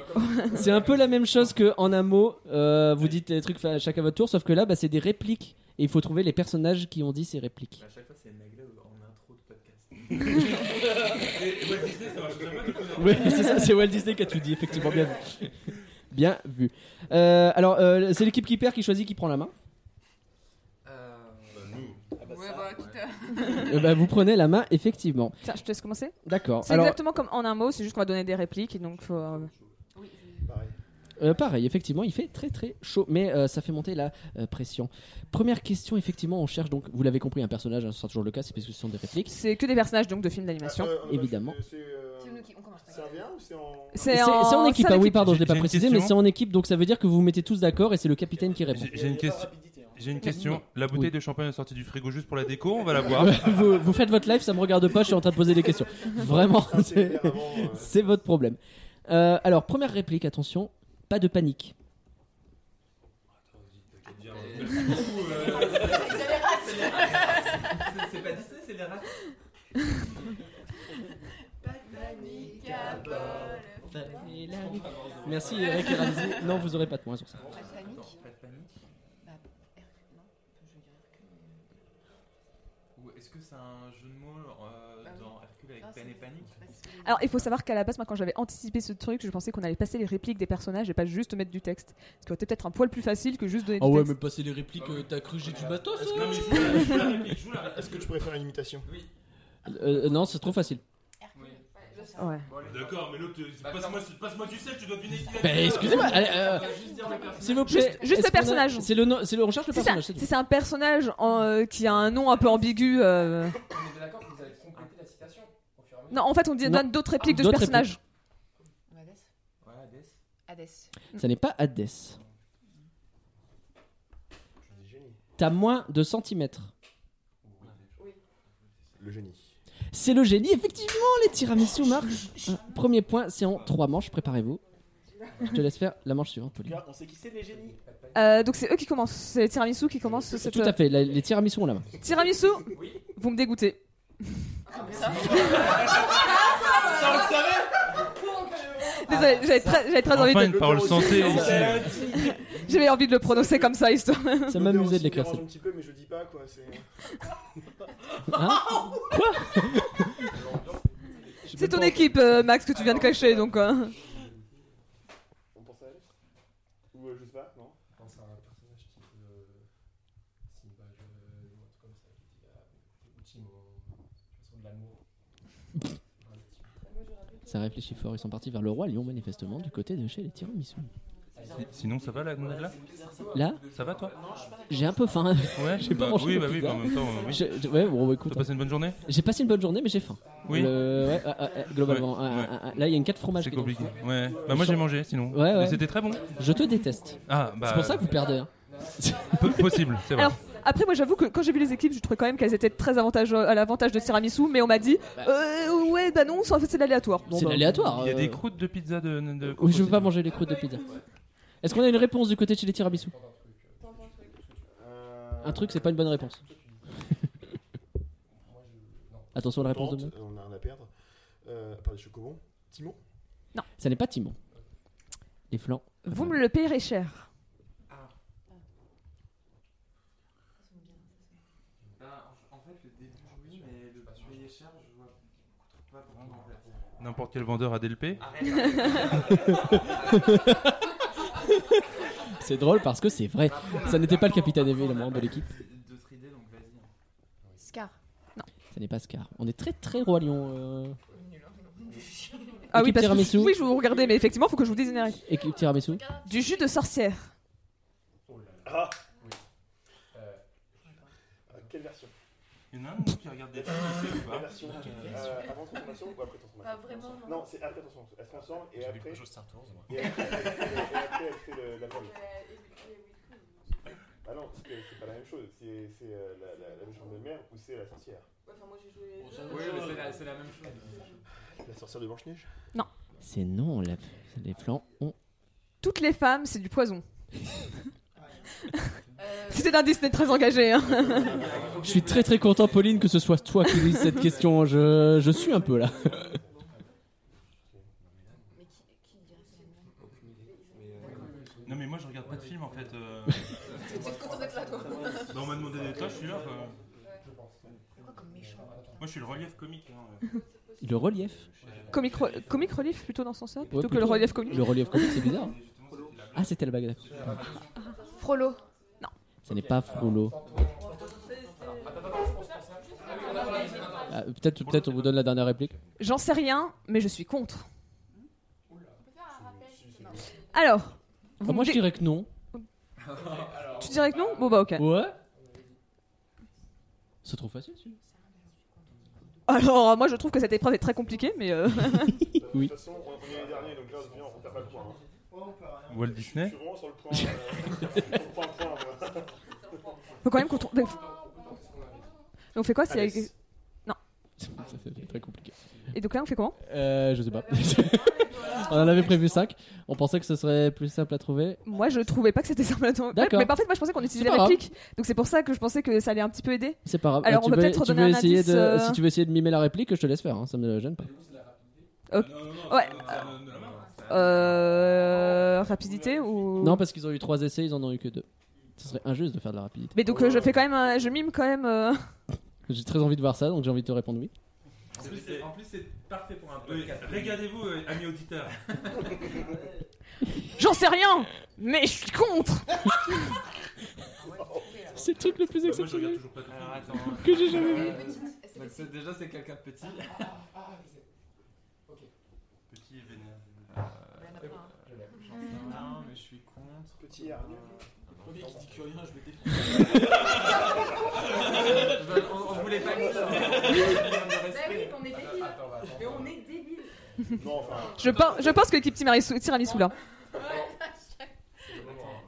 C'est un peu la même chose que en un mot. euh, vous dites les trucs enfin, chacun à votre tour, sauf que là, bah, c'est des répliques. Et il faut trouver les personnages qui ont dit ces répliques.
À chaque fois, c'est Nagla en intro de podcast.
Et Walt Disney, ça marche jamais du coup, non
Oui, c'est ça, c'est Walt Disney qui a tout dit, effectivement. Bien vu. Bien vu. Euh, alors, euh, c'est l'équipe qui perd qui choisit qui prend la main.
Bah, nous.
Ouais, bah, quitte à-
Euh, bah, vous prenez la main, effectivement.
Tiens, je te laisse commencer.
D'accord.
C'est
Oh, Alors,
exactement comme en un mot, c'est juste qu'on va donner des répliques et donc faut. euh,
euh, pareil, effectivement, il fait très très chaud, mais euh, ça fait monter la euh, pression. Première question, effectivement, on cherche donc, vous l'avez compris, un personnage, hein, ce sera toujours le cas, c'est parce que ce sont des répliques.
C'est que des personnages donc de films d'animation.
euh,
évidemment.
C'est euh,
C'est nous qui- on commence.
c'est un bien ou c'est en.
C'est c'est en équipe,
c'est
ah oui, pardon, je l'ai
J'ai-
pas
j'ai une
précisé, mais
question.
c'est en équipe, donc ça veut dire que vous vous mettez tous d'accord et c'est le capitaine qui répond.
J'ai j'ai une question.
hein.
J'ai une question. La bouteille
Oui.
de champagne est sortie du frigo juste pour la déco, on va la boire.
Ouais, vous, vous faites votre live, ça me regarde pas, je suis en train de poser des questions. Vraiment,
Ah, c'est
c'est-
bien avant, euh,
c'est votre problème. Euh, alors, première réplique, attention, pas de panique.
C'est pas Disney, c'est les rats.
Bah,
Merci Eric et Ramzi. Non, vous aurez pas de points sur ça.
Pas de panique.
Pas de panique.
Bah, R- non. Je dirais que-
Ou est-ce que c'est un jeu de mots euh,
Bah oui.
dans Hercule avec
Non, c'est-
peine et panique
parce que-
Alors, il faut savoir qu'à la base, moi, quand j'avais anticipé ce truc, je pensais qu'on allait passer les répliques des personnages et pas juste mettre du texte. Ce qui aurait été peut-être un poil plus facile que juste
Ah
donner du texte.
passer les répliques,
euh,
t'as cru que j'ai du bateau
Est-ce que je joue la- je joue la réplique, je joue la réplique.
Est-ce que tu pourrais faire une imitation
Euh, non, c'est trop facile.
Oui.
Ouais.
Bon, allez,
D'accord, mais l'autre,
Bah,
passe-moi passe-moi du sel, tu dois deviner qui
Bah, excusez-moi. allez,
on
euh,
va juste dire le personnage.
S'il vous plaît.
Juste- juste
est-ce
le
qu'on a-
personnage.
C'est le nom. C'est le. On cherche le
Si c'est un-
personnage. c'est tout.
si c'est un personnage en, euh, qui a un nom un peu ambigu.
On
euh,
est bien d'accord que vous avez complété la citation au fur et à mesure.
Non, en fait, on dit-
Non.
donne d'autres répliques de ce
D'autres
personnage.
Hades
Ouais, Hadès.
Hades.
Ça n'est pas Hades.
Le génie.
T'as moins de centimètres.
Le génie.
C'est le génie, effectivement. Les tiramisu marchent. Euh, Premier point, c'est en trois manches. Préparez-vous. Je te laisse faire la manche suivante, Pauline.
on sait qui c'est les génies.
Euh, donc c'est eux qui commencent, c'est les tiramisu qui commencent cette.
Euh,
euh,
Tout à fait. la- les tiramisu ont la main.
Tiramisu, vous me dégoûtez.
Ça, on le savait
Ah,
Désolé,
bah,
j'avais très, j'avais très envie
Enfin,
de,
une parole sensée ici.
j'avais envie de le prononcer comme ça, histoire.
Ça m'amusait de
L'odeur aussi me
l'écrire.
dérange un petit peu, mais je dis pas quoi. c'est-
C'est ton équipe, euh, Max, que tu viens de cacher, donc. euh.
On pense à elle Ou euh, je sais pas, non
Je pense à un personnage type euh, Simba, je- ou un truc comme ça, qui dit ah, mais Gucci, mon- de façon de l'amour.
Ça réfléchit fort. Ils sont partis vers le roi Lyon, manifestement, du côté de chez les tiramisu.
Sinon, ça va la gonade là
Là,
Ça va toi
j'ai un peu faim.
Ouais,
J'ai pas
bah,
mangé
Oui,
de
bah oui,
pizza.
bah, en même temps, euh, oui.
Je- je- ouais, bon, écoute.
T'as passé une bonne journée
J'ai passé une bonne journée, mais j'ai faim.
Oui.
Le- ouais, ah, ah, ah, globalement.
Ouais,
Ah,
ouais.
ah, ah, là, il y a une 4 fromages.
C'est
qui est dans le
compliqué. Ouais. Bah, moi j'ai mangé sinon.
Ouais, ouais.
Mais c'était très bon.
fond. Je te déteste.
Ah, bah.
c'est pour ça que vous perdez. hein.
peu- Possible, c'est vrai.
Alors, Après, moi, j'avoue que quand j'ai vu les équipes, je trouvais quand même qu'elles étaient très avantage à l'avantage de tiramisu, mais on m'a dit,
Ah,
euh, ouais, bah non, en fait, c'est de l'aléatoire. Bon,
C'est
bah,
aléatoire.
Il y a
euh.
des croûtes euh, de pizza de. de
Oui, je veux pas manger les croûtes de pizza. Est-ce qu'on a une réponse du côté de chez les tiramisu
Euh,
Un truc, c'est pas une bonne réponse. Attention à la réponse de
Tente, euh, On a rien à perdre. Euh, par des chocobons. Timon
Ça n'est pas Timon. Les flancs.
Vous me le payerez cher.
Bah, en- en fait, le début, oui, mais le payer cher, Bah, je vois pas vraiment en fait.
N'importe quel vendeur à DLP.
Arrête.
C'est drôle parce que c'est vrai. Ça n'était pas le capitaine évidemment de l'équipe.
D'autres idées, donc vas-y.
Scar.
Ça n'est pas Scar. On est très très roi lion. euh.
Ah oui,
Équipe
parce que-
tiramisu.
oui, je vous regardais, mais effectivement, faut que je vous dise une réponse.
Équipe tiramisu.
Du jus de sorcière.
Oh Euh, Ah. Quelle version
Il y en a un de nous qui regarde des films ici ou
La
pas
version euh, avant transformation ou après transformation
Pas vraiment, non.
Non, c'est après transformation. Elle se transforme et
J'ai vu
après.
quelque chose de Star Wars, moi.
Et après, et après, elle fait le- la brûle.
Euh, et- et- et-
Ah non, parce que c'est pas la même chose. C'est c'est, euh, la, la, la légende de mer ou c'est la sorcière
Enfin, moi j'ai joué.
Oui, mais c'est la, c'est la même chose.
La sorcière de Blanche-Neige
C'est non, la- les flancs ont.
Toutes les femmes, c'est du poison. C'était un Disney très engagé. hein.
Je suis très très content, Pauline, que ce soit toi qui lise cette question. Je, je suis un peu là.
Mais qui, qui dirait ça
Non, mais moi je regarde pas de film en fait. euh.
Tu te contentes d'être là, toi.
Bah, on m'a demandé des tâches, je suis là. quoi.
C'est quoi comme méchant
Moi je suis le relief comique. hein.
Le relief.
Comic, re- comic relief plutôt dans son sens plutôt
Ouais,
que le relief comique.
Le relief comique, c'est bizarre. Ah, c'était la bague.
Frollo.
Ce n'est pas Frollo. Ah, peut-être, peut-être on vous donne la dernière réplique.
J'en sais rien, mais je suis contre. Alors, vous
Ah, moi
me
je
dé-
dirais que non.
tu dirais que non Bon bah ok.
Ouais. C'est trop facile celui-là.
Alors moi je trouve que cette épreuve est très compliquée, mais euh,
Oui.
De toute façon, on, on est les derniers, donc là, on vient, on perd pas le point. hein.
Walt
Je
Disney
suis vraiment sur le point. euh, sur le point, point, moi.
faut quand même qu'on trouve. Mais on fait quoi c'est
Allez.
avec-
Ça fait très compliqué.
Et donc là on fait comment
Euh, je sais pas. on en avait prévu 5. On pensait que ce serait plus simple à trouver.
Moi je trouvais pas que c'était simple. à trouver.
D'accord.
Mais parfait, moi je pensais qu'on utilisait
pas
la
grave.
clique, donc c'est pour ça que je pensais que ça allait un petit peu aider.
C'est pas grave.
Alors,
Euh, tu
on peut
veux-
peut-être
tu
redonner
veux
un
essayer
indice,
de-
euh.
Si tu veux essayer de mimer la réplique, je te laisse faire. hein, Ça me gêne pas.
Ouais. Euh, rapidité ou
Non, parce qu'ils ont eu 3 essais, ils en ont eu que 2. Ce serait injuste de faire de la rapidité.
Mais donc euh, je fais quand même, un- je mime quand même. euh,
J'ai très envie de voir ça, donc j'ai envie de te répondre oui.
En plus, c'est- En plus, c'est parfait pour un
Oui,
podcast. Bah,
Regardez-vous, euh, amis auditeurs.
J'en sais rien, mais je suis contre.
C'est le truc le plus
Bah, Moi je regarde toujours pas de
Alors
film.
attends.
que j'ai jamais
Elle est
Euh,
petite. Elle s'est
donc,
fait-
c'est- déjà, c'est quelqu'un de petit.
Ah,
Petit et vénère.
Elle en a pas, hein.
J'en sais rien, mais je suis contre. Euh,
Petit et hargneux.
premier qui dit que rien, je vais défendre.
Ben, on, on voulait pas que ça. on voulait un minimum de
Bah oui,
respect.
on est débile. Mais on est débile.
Non, enfin,
Je pense, je pense que l'équipe tiramisu, tiramisu là.
Attends,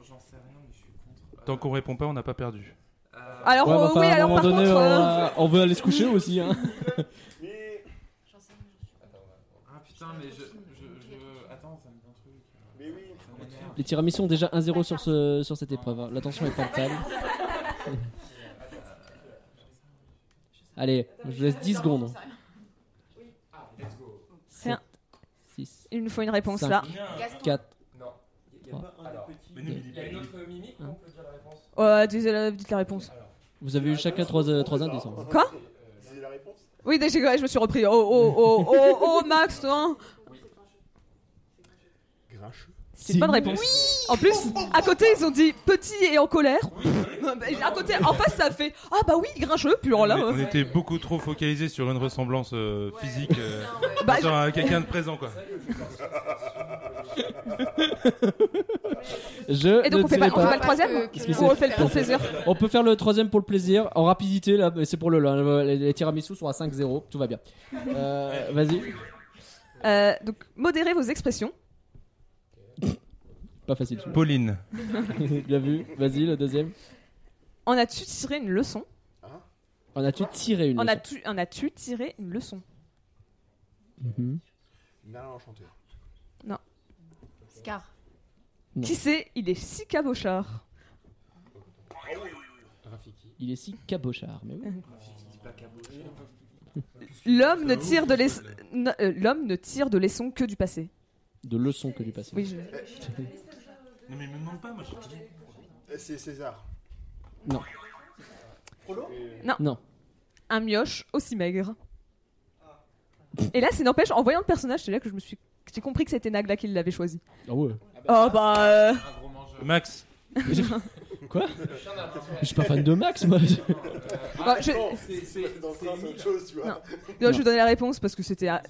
J'en sais rien, mais je suis contre.
Tant qu'on répond pas, on n'a pas perdu.
Euh,
Alors
Ouais, mais
euh,
enfin,
oui,
à un
alors
moment
par
donné,
contre.
on,
euh,
va- on veut aller se coucher aussi. Hein.
mais,
J'en sais rien, j'en suis pas.
Ah putain, mais je. je, je... Attends, ça me dit un truc.
mais oui.
Ça m'énerve.
Les tiramis sont déjà 1-0 sur, ce, sur cette épreuve. hein. L'attention est portable. Allez, je laisse 10 secondes. hein.
Ah,
Rien.
6,
Il nous faut une réponse
Cinq.
là.
Gaston.
4.
Non.
Il y a pas un des petits.
Mais non, mais
Il y a une autre mimique
On peut dire la réponse
Ouais, dites la, Euh, dites la réponse.
Alors,
Vous avez eu chacun 3 indices. hein.
Quoi
c'est, euh,
Vous avez la réponse
Oui, déjà, ouais, je me suis repris. Oh, oh, oh, oh, oh, Max, hein.
Grincheux.
C'est une bonne réponse. En plus, à côté, ils ont dit petit et en colère. Bah, à côté, en face, ça fait Ah bah oui, grincheux, puis alors là.
on
euh,
était beaucoup trop focalisés sur une ressemblance euh,
Ouais.
physique. euh,
Non, ouais.
Bah,
sur un- quelqu'un de présent quoi.
Je
Et donc,
ne
on fait pas,
dirai
on fait pas
pas.
le troisième
Parce
que-
On refait le pour le plaisir.
On peut faire le troisième pour le plaisir. En rapidité, là, mais c'est pour le lol. Les, les tiramisu sont à 5-0. Tout va bien. Euh, Vas-y.
Euh, donc, modérez vos expressions.
Pas facile. celui-là.
Pauline.
bien vu. Vas-y, le deuxième.
En as-tu tiré une leçon
En as-tu tiré une
En
leçon
as-tu en as-tu tiré une leçon
Mhm.
Merlin l'enchanteur.
Scar.
Non.
Qui sait Il est si cabochard.
Rafiki.
Il est si cabochard. Mais oui.
L'homme ne tire de les- n- euh, l'homme ne tire de leçons que du passé.
De leçons que lui passé.
Oui, je-
Non mais me demande pas, moi j'ai
Euh, C'est César.
Non.
Frollo
Non.
un mioche aussi maigre. Et là, c'est n'empêche, en voyant le personnage, c'est là que je me suis. J'ai compris que c'était Nagla qui l'avait choisi.
Ah ouais.
Oh bah. euh,
Un gros mangeur. Euh, ah,
Max.
Je suis pas fan de Max, moi.
Ah,
bah, je,
Non,
c'est-
c'est dans le
c'est
train, c'est autre
Émile.
chose, tu vois.
Non. non, je vous donnais la réponse parce que c'était. ah,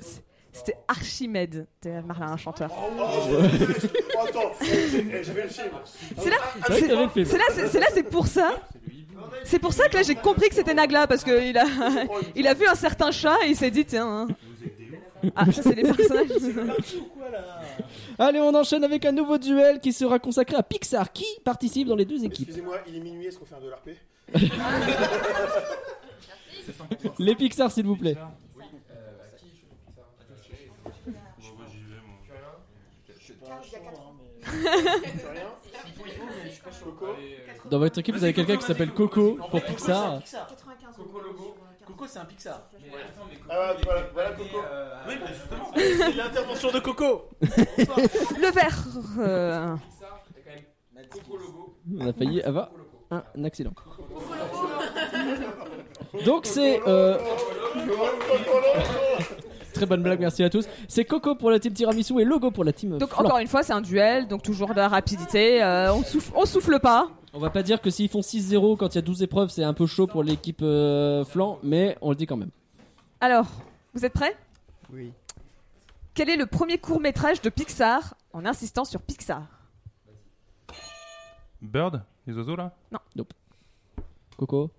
C'était Archimède, c'était Marlin, un chanteur.
Oh, je- oh, attends, eh, j'avais le film.
C'est là,
C'est vrai que t'avais le film.
c'est là, c'est- c'est là, c'est pour ça. C'est pour ça que là j'ai compris que c'était Nagla parce que il a, il Ah, a vu un certain chat et il s'est dit tiens. hein. Ah ça c'est les personnages.
Pourquoi là
Allez, on enchaîne avec un nouveau duel qui sera consacré à Pixar. Qui participe dans les deux équipes
Excusez-moi, il est minuit, est-ce qu'on fait un de l'RP
Les Pixar, s'il vous plaît.
Bon, moi, j'y vais, moi.
hein,
Dans votre équipe, vous avez quelqu'un qui s'appelle Coco pour Pixar.
Coco logo. Coco c'est un Pixar.
Ah, voilà, voilà Coco.
Oui, mais justement. euh, C'est l'intervention de Coco.
Le vert. euh,
On a failli avoir un accident. Donc c'est euh, très bonne blague, merci à tous. C'est Coco pour la team tiramisu et Logo pour la team.
Donc
Flan.
encore une fois, c'est un duel, donc toujours de la rapidité. euh, on souffle, on souffle pas.
On va pas dire que s'ils font 6-0 quand il y a 12 épreuves, c'est un peu chaud pour l'équipe euh, Flan, mais on le dit quand même.
Alors, vous êtes prêts
Oui.
Quel est le premier court métrage de Pixar en insistant sur Pixar
Bird Les oiseaux, là
Coco.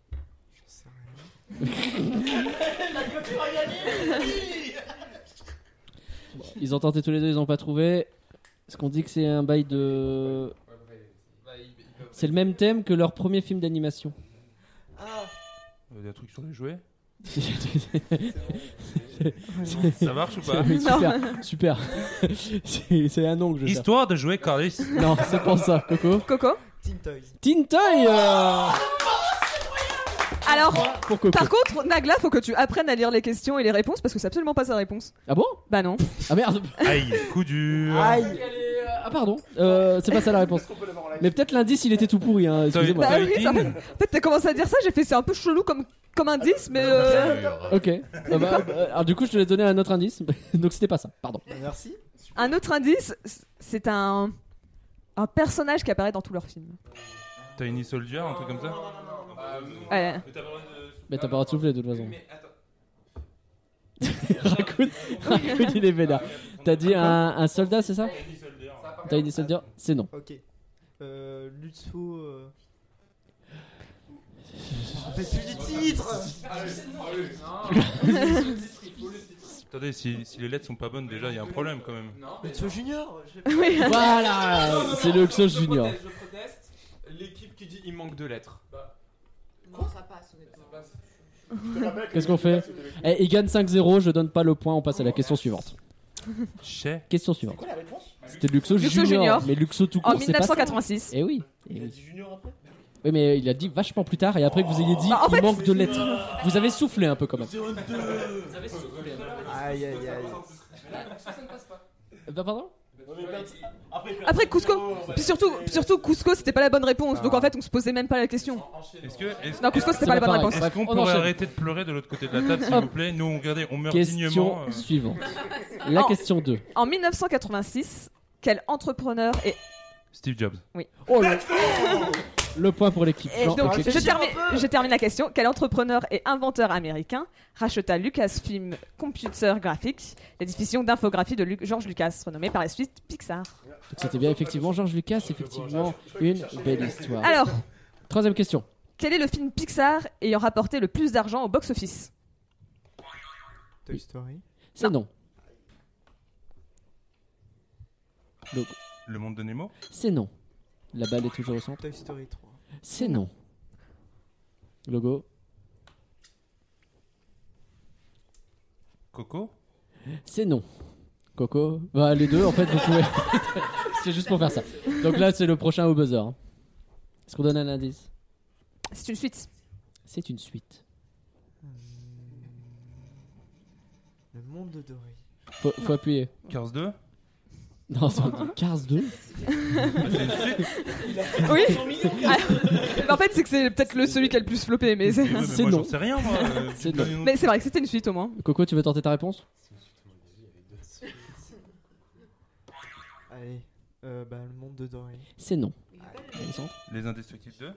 Bon, ils ont tenté tous les deux, ils ont pas trouvé. Est-ce qu'on dit que c'est un bail de. C'est le même thème que leur premier film d'animation.
Il y a des trucs sur les jouets Ça marche ou pas
Oui, super, super. C'est c'est un nom que je cherche.
Histoire de jouer Carlis.
Non, c'est pour ça, Coco.
Coco
Teen Toys.
Teen Toy, euh,
Alors,
pour Coco.
par contre, Nagla, faut que tu apprennes à lire les questions et les réponses parce que c'est absolument pas sa réponse.
Ah bon
Bah non.
Ah merde.
Aïe, coup dur.
Ah pardon. Euh, c'est pas ça la réponse. Mais peut-être l'indice, il était tout pourri. Hein. Excusez-moi.
Bah oui,
Toy
ça
Teen.
En fait, t'as commencé à dire ça, j'ai fait c'est un peu chelou comme, comme indice, mais. euh,
Ok. Ah bah, euh, alors du coup, je te l'ai donné un autre indice. Donc c'était pas ça. Pardon.
Merci.
Un autre indice, c'est un. Un personnage qui apparaît dans tous leurs films.
Tiny Soldier, un truc comme ça
Ouais.
Mais t'as pas le droit de-
Mais t'as
Euh,
pas le droit de souffler de toute façon.
Mais attends.
Racoon,
Ah,
Racoon, il est vénère. T'as dit un, un soldat, c'est ça
Tiny Soldier.
T'as une soldier C'est non.
Ok. Euh, Lutso. Euh... Mais plus les titres
Ah,
Ah,
Attendez, si, si les lettres sont pas bonnes, déjà, il y a un problème quand même.
Non, mais
Lutso Junior je-
Oui.
Non, non,
Voilà
non,
C'est
non,
le Xos
je
Junior.
proteste, Je proteste. L'équipe qui dit il manque deux lettres.
Non, ça passe, honnêtement.
Qu'est-ce qu'on fait Eh, il gagne 5-0, je donne pas le point, on passe à la question suivante.
Chez.
Question suivante. C'était Luxo,
Luxo
junior,
Junior.
Mais Luxo tout court,
En
c'est pas ça.
1986.
Eh oui. eh
Il a
oui.
dit Junior après
Oui, mais il a dit vachement plus tard et après que vous ayez dit
Bah, en
il
fait, euh,
manque de lettres. Vous avez soufflé un peu quand même.
Vous avez soufflé.
Aïe aïe aïe.
Euh, Bah, pardon Ah,
Après Cusco, puis surtout, puis surtout Cusco c'était pas la bonne réponse, donc en fait on se posait même pas la question.
Est-ce que. Est
Non, Cusco
C'est
c'était
Oh
pas la
pas
bonne
pareil.
réponse.
est-ce qu'on
Bref, on
pourrait
enchaîne.
arrêter de pleurer de l'autre côté de la table, s'il
Hop.
vous plaît Nous, on- regardez, on meurt dignement.
Oh. Question
euh.
suivante. La
Non.
question 2.
En 1986, quel entrepreneur est.
Steve Jobs.
Oh, le... le point pour l'équipe.
et
Jean,
donc,
ok.
je, termine, je termine la question. Quel entrepreneur et inventeur américain racheta Lucasfilm Computer Graphics, la diffusion d'infographie de Lu- George Lucas, renommée par la suite Pixar
Donc c'était bien effectivement Georges Lucas, c'est effectivement une belle histoire.
Alors,
Troisième question.
quel est le film Pixar ayant rapporté le plus d'argent au box-office
Toy Story.
C'est non. Donc,
Le monde de Nemo
c'est non. La balle est toujours au centre.
Toy Story 3.
C'est non. Logo.
Coco
C'est non. Coco. Bah les deux en fait vous pouvez. c'est juste pour faire ça. Donc là c'est le prochain au buzzer. hein. Est-ce qu'on donne un indice
C'est une suite.
C'est une suite.
Le monde de Dory.
Faut, faut appuyer.
Cars 2
Non, c'est un 15 2.
Oui Ah, En fait, c'est que c'est peut-être le celui qui a le plus floppé, mais c'est.
Ouais, mais
C'est
moi,
non.
J'en sais rien, moi. euh,
C'est
tu me donnes une autre-
Mais c'est vrai que c'était une suite au moins.
Coco, tu veux tenter ta réponse
Allez. Euh, bah, le monde de Dory.
C'est non.
Il est pas le-
Les Indestructibles 2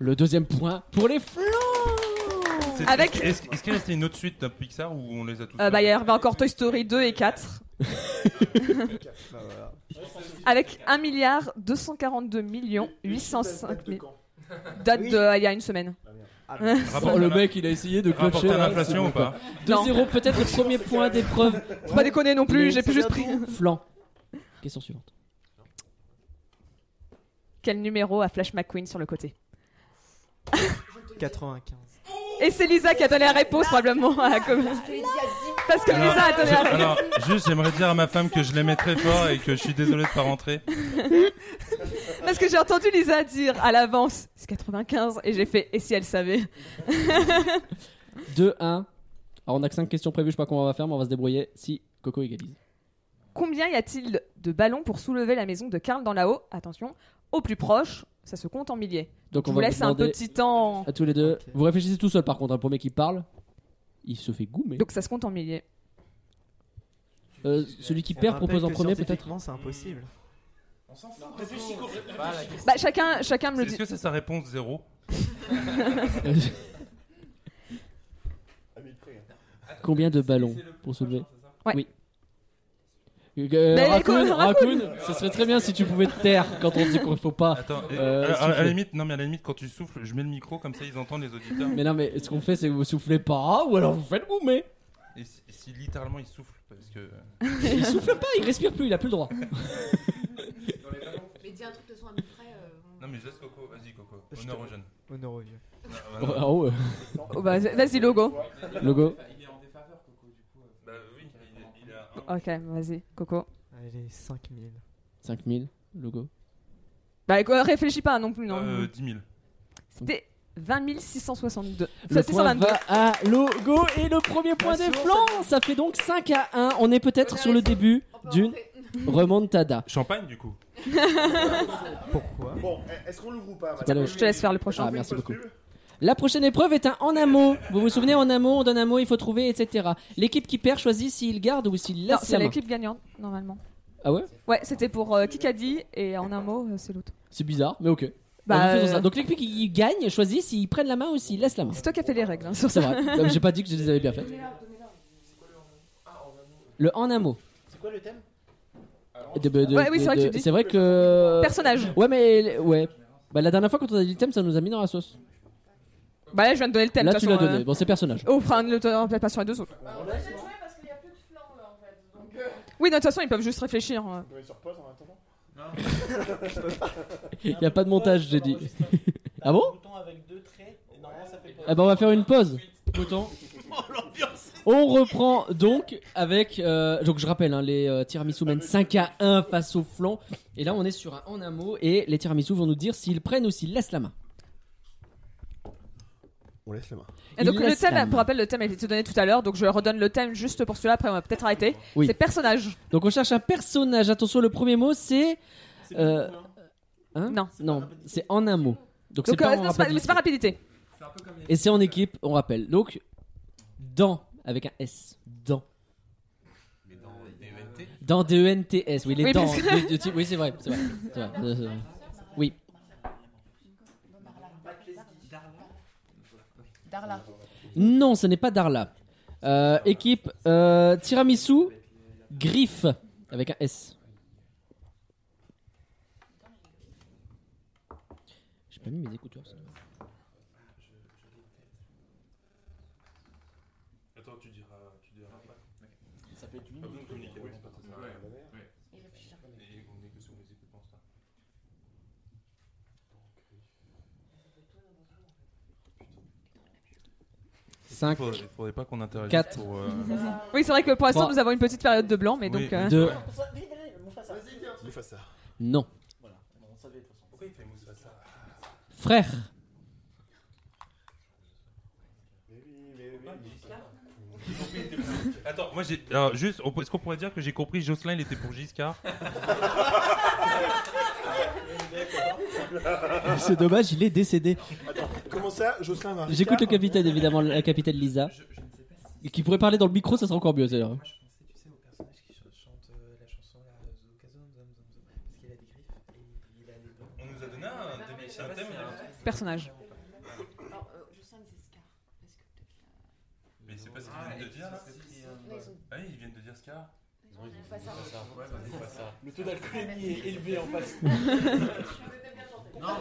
Le deuxième point pour les fleurs.
C'est-
Avec-
Est-ce est-ce qu'il restait une autre suite d'un Pixar ou on les a tous
Ah,
Euh, bah, il y avait encore Toy Story 2 et 4
Bah voilà.
avec 1 milliard 242 millions 805 000. Date de
Oui.
euh, il y a une semaine.
Ah, bah,
Rapport
Oh, le
à la-
mec, il a essayé de
Rapporté
clocher.
à
hein,
l'inflation
c'est
ou pas
bon, quoi. 2-0, peut-être le premier point d'épreuve.
Faut pas déconner non
Mais
plus, j'ai
c'est
plus juste pris.
Flan. Question suivante.
Quel numéro a Flash McQueen sur le côté
95.
Et c'est Lisa qui a donné la réponse probablement à la com- Parce que Lisa a donné la réponse.
alors, juste, j'aimerais dire à ma femme que je l'aimais très fort et que je suis désolé de pas rentrer.
Parce que j'ai entendu Lisa dire à l'avance c'est 95 et j'ai fait et si elle savait
2, 1. Alors on a que 5 questions prévues, je sais pas comment on va faire, mais on va se débrouiller si Coco égalise.
Combien y a-t-il de ballons pour soulever la maison de Karl dans la haut Attention, au plus proche, ça se compte en milliers.
Donc
je
on
vous
va
laisse
vous
un
demander-
petit temps.
À tous les deux. Vous réfléchissez tout seul par contre, hein, le premier qui parle, il se fait goumer.
Donc ça se compte en milliers.
Euh, celui qui
On
perd
rappelle
propose en
que
premier peut-être
scientifiquement, c'est impossible.
On s'en fout.
Réfléchis, Coco,
Bah, la
réfléchis.
question.
Bah chacun, chacun me le
Est-ce
dit.
que c'est sa réponse zéro
Euh, Combien de ballons pour soulever
Ouais.
Oui. Euh,
Mais
Raccoon,
Raccoon,
Raccoon,
Raccoon.
ce serait très bien si tu pouvais te taire quand on dit qu'on faut pas.
Attends, et-
euh,
à- à, à
souffler.
la limite, non mais à la limite, quand tu souffles, je mets le micro comme ça, ils entendent les auditeurs.
Mais non, mais ce qu'on fait, c'est que vous soufflez pas ou alors vous faites goumer.
Et si, et si littéralement ils soufflent, parce que
Il souffle pas, il respire plus, il a plus le droit.
Mais dis un truc de son à mi près. euh,
non mais je laisse Coco, vas-y Coco,
Je
honneur
te-
aux jeunes.
Ah,
Hmm.
Honneur aux vieux.
Non, bah
Oh,
non.
oh, euh.
Oh, bah, vas-y, logo.
Logo.
Il est en défaveur, Coco, du coup. euh,
Bah oui, il est, il est à
Ah,
un.
Ok, vas-y, Coco.
Allez, 5000.
5000, logo.
Bah quoi, réfléchis pas non plus, non.
Euh, 10 000.
C'était 20 662.
Le
Ça,
point
622.
va à logo et le premier point des flancs. Ça fait donc 5 à 1. On est peut-être sur le début
on peut
d'une
rentrer.
remontada.
Champagne du coup.
Pourquoi
Bon, eh, est-ce qu'on l'ouvre ou pas
C'est pas
madame
logique.
Je te laisse faire le prochain.
Ah,
On fait une
merci
pause
beaucoup.
pub
La prochaine épreuve est un en amont. Vous vous souvenez, en amont, on donne un mot, il faut trouver, etc. L'équipe qui perd choisit s'il garde ou s'il
Non,
laisse
c'est
la main.
l'équipe gagnante, normalement.
Ah ouais
Ouais, c'était pour euh, Kikadi et en un mot, euh, c'est l'autre.
C'est bizarre, mais ok.
Bah,
Donc, faisons ça.
euh,
Donc l'équipe qui gagne choisit s'ils prennent la main ou s'ils laissent la main.
c'est toi qui as fait les règles. hein, sur
C'est
ça.
vrai. Non, mais J'ai pas dit que je les avais bien faites. Le en un mot.
C'est quoi le thème
De- de- de-
Ouais, oui, c'est vrai que
de-
tu dis.
C'est vrai que. euh,
Personnage.
Ouais, mais ouais. Bah, la dernière fois quand on a dit le thème, ça nous a mis dans la sauce.
Bah là, je viens de donner le thème.
Là,
de toute
tu l'as
façon,
donné.
euh,
Bon, c'est personnage.
Oh, prendre le temps, peut-être pas sur les deux autres.
Bah, on peut peut-être jouer parce qu'il n'y a plus de flanc là en fait. Donc, euh,
Oui, de toute façon, ils peuvent juste réfléchir. hein.
On est sur pause en attendant
Il y a pas de montage, j'ai dit. Ah bon
Bouton avec deux traits, et normalement ça fait
Ah bah, on va faire une pause. Bouton. On reprend donc avec. euh, donc, je rappelle, hein, les euh, tiramisu mènent 5 à 1 face au flanc. Et là, on est sur un en un mot. Et les tiramisu vont nous dire s'ils prennent ou s'ils laissent la main.
On laisse la main.
Et donc,
Ils
le
laissent la
thème,
main.
pour rappel, le thème a été donné tout à l'heure. Donc, je redonne le thème juste pour celui-là. Après, on va peut-être arrêter.
Oui.
C'est personnage.
Donc, on cherche un personnage. Attention, le premier mot, c'est. euh, hein
Non.
Non, c'est en un mot. Donc, c'est
Donc,
pas
euh,
en
non, c'est pas, mais
rapidité.
c'est pas rapidité.
C'est un peu comme les-
Et c'est en équipe, on rappelle. Donc, dans, avec un S. Dans.
Mais dans des ENT.
Dans E D-E-N-T-S. Oui, les
Oui,
dents.
parce
de- de type- Oui, c'est vrai. C'est vrai. c'est vrai, c'est vrai. Oui.
Darla.
Non, ce n'est pas Darla. Euh, équipe euh, Tiramisu, Griffe, avec un S. J'ai pas mis mes écouteurs. ça.
Attends, tu diras, tu diras pas.
Ça peut être une
Pas besoin de communiquer. Ouais, c'est pas ça.
Ouais.
Et on est que sur les écoutes, pense pas.
Cinq,
Faudrait, faudrait pas qu'on interagisse
Quatre.
pour. euh,
Oui, c'est vrai que pour l'instant,
Trois.
nous avons une petite période de blanc. Mais
Oui,
donc, euh,
deux.
Vas-y, viens.
Des fois ça.
Non.
Voilà, on savait de toute façon.
Pourquoi il fait mousse à ça
Frère.
Attends, moi j'ai. Alors juste, on peut- est-ce qu'on pourrait dire que j'ai compris Jocelyn il était pour Giscard
C'est dommage, il est décédé.
Comment ça, Jocelyn va
J'écoute le capitaine, évidemment, la capitaine Lisa.
Je, je ne sais pas si.
Et qui pourrait parler dans le micro, ça serait encore mieux. c'est
Moi, je pensais, tu sais, au personnage qui ch- chante euh, la chanson là, euh, Zouk à Zoum, Zoum, Zoum, Zoum, parce qu'il a des griffes et il a des dents.
On nous a donné un, demi-
Je sais
bah
pas
un thème,
si
on a-
un-
personnage.
Alors, euh, je sens que c'est Scar.
Mais
Parce que peut-être qu'il a-
c'est pas ce
Ah,
qu'ils viennent de dire là
c'est pris, euh,
Non, ils ont-
Ah oui, ils viennent de dire Scar.
ils ont- ils ont pas ça.
ouais, bah, c'est pas ça.
Le taux d'alcoolémie est élevé en face.
Non,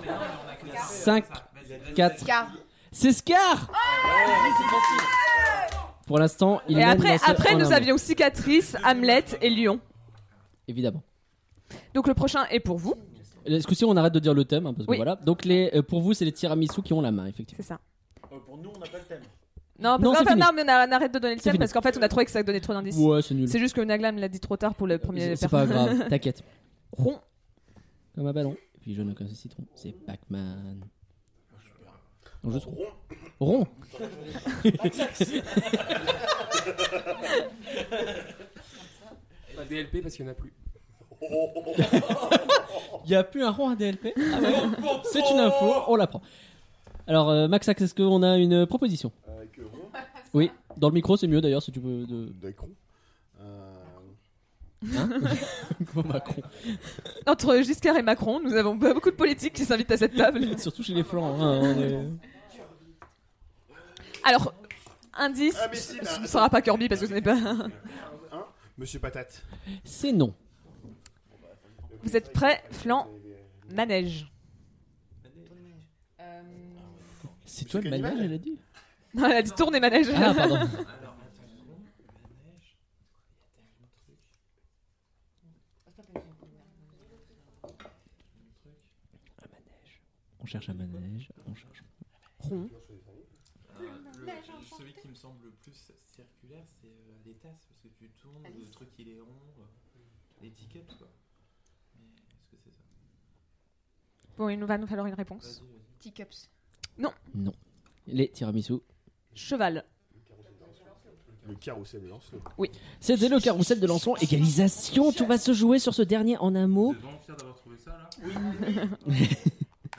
mais non, mais on a que la
Cinq,
ça. Vas-y, vas-y,
4.
Scar.
C'est Scar Pour l'instant, il
Et
mène dans
après,
ce
après
en
nous
amont,
avions Cicatrice, Hamlet et Lyon.
Évidemment.
Donc le prochain est pour vous.
Est-ce que si on arrête de dire le thème hein, parce que
Oui.
voilà. Donc les, euh, pour vous, c'est les tiramisu qui ont la main, effectivement.
C'est ça.
Euh, pour nous, on n'a pas le thème.
Non, parce
Non,
que-
c'est
enfin,
fini.
non, mais on, a- on arrête de donner le
C'est
thème
fini.
parce qu'en fait, on a trouvé que ça donnait trop d'indices.
Ouais, c'est nul.
C'est juste que Nagla me l'a dit trop tard pour le premier.
C'est pas
per-
grave, t'inquiète.
Rond.
Comme un ballon. Et puis jaune comme ce citron. C'est Pac-Man. Donc, juste rond. Rond.
Pas DLP parce qu'il n'y en a plus.
Il n'y a plus un rond à DLP. Ah ouais. c'est une info, on la prend. Alors, euh, Maxax, est-ce qu'on a une proposition
Avec euh, rond.
Oui, dans le micro, c'est mieux d'ailleurs si tu peux. De...
Macron. Euh,
Hein Gros Macron.
Entre Giscard et Macron, nous avons beaucoup de politiques qui s'invitent à cette table.
Surtout chez les flancs. hein, on est-
Alors, indice,
Ah, mais si,
bah,
là,
ce ne
attends.
sera pas Kirby parce que ce n'est pas.
Hein Monsieur Patate.
C'est non.
Vous êtes prêts, flan, manège.
C'est toi le manège, elle a dit
Non, elle a dit tourne et manège.
Ah, pardon. On cherche un manège. On cherche.
Rond.
Euh, celui qui me semble le plus circulaire, c'est euh, les tasses, parce que tu tournes, le truc il est rond, euh, l'étiquette quoi. Mais est-ce que c'est ça
Bon, il nous va nous falloir une réponse.
Teacups.
Non,
Non. Les tiramisu.
cheval.
Le carrousel de Lancelot.
Oui.
C'était le carrousel de Lançon. Égalisation. Tout va se jouer sur ce dernier en un mot.
Vraiment fier d'avoir trouvé ça là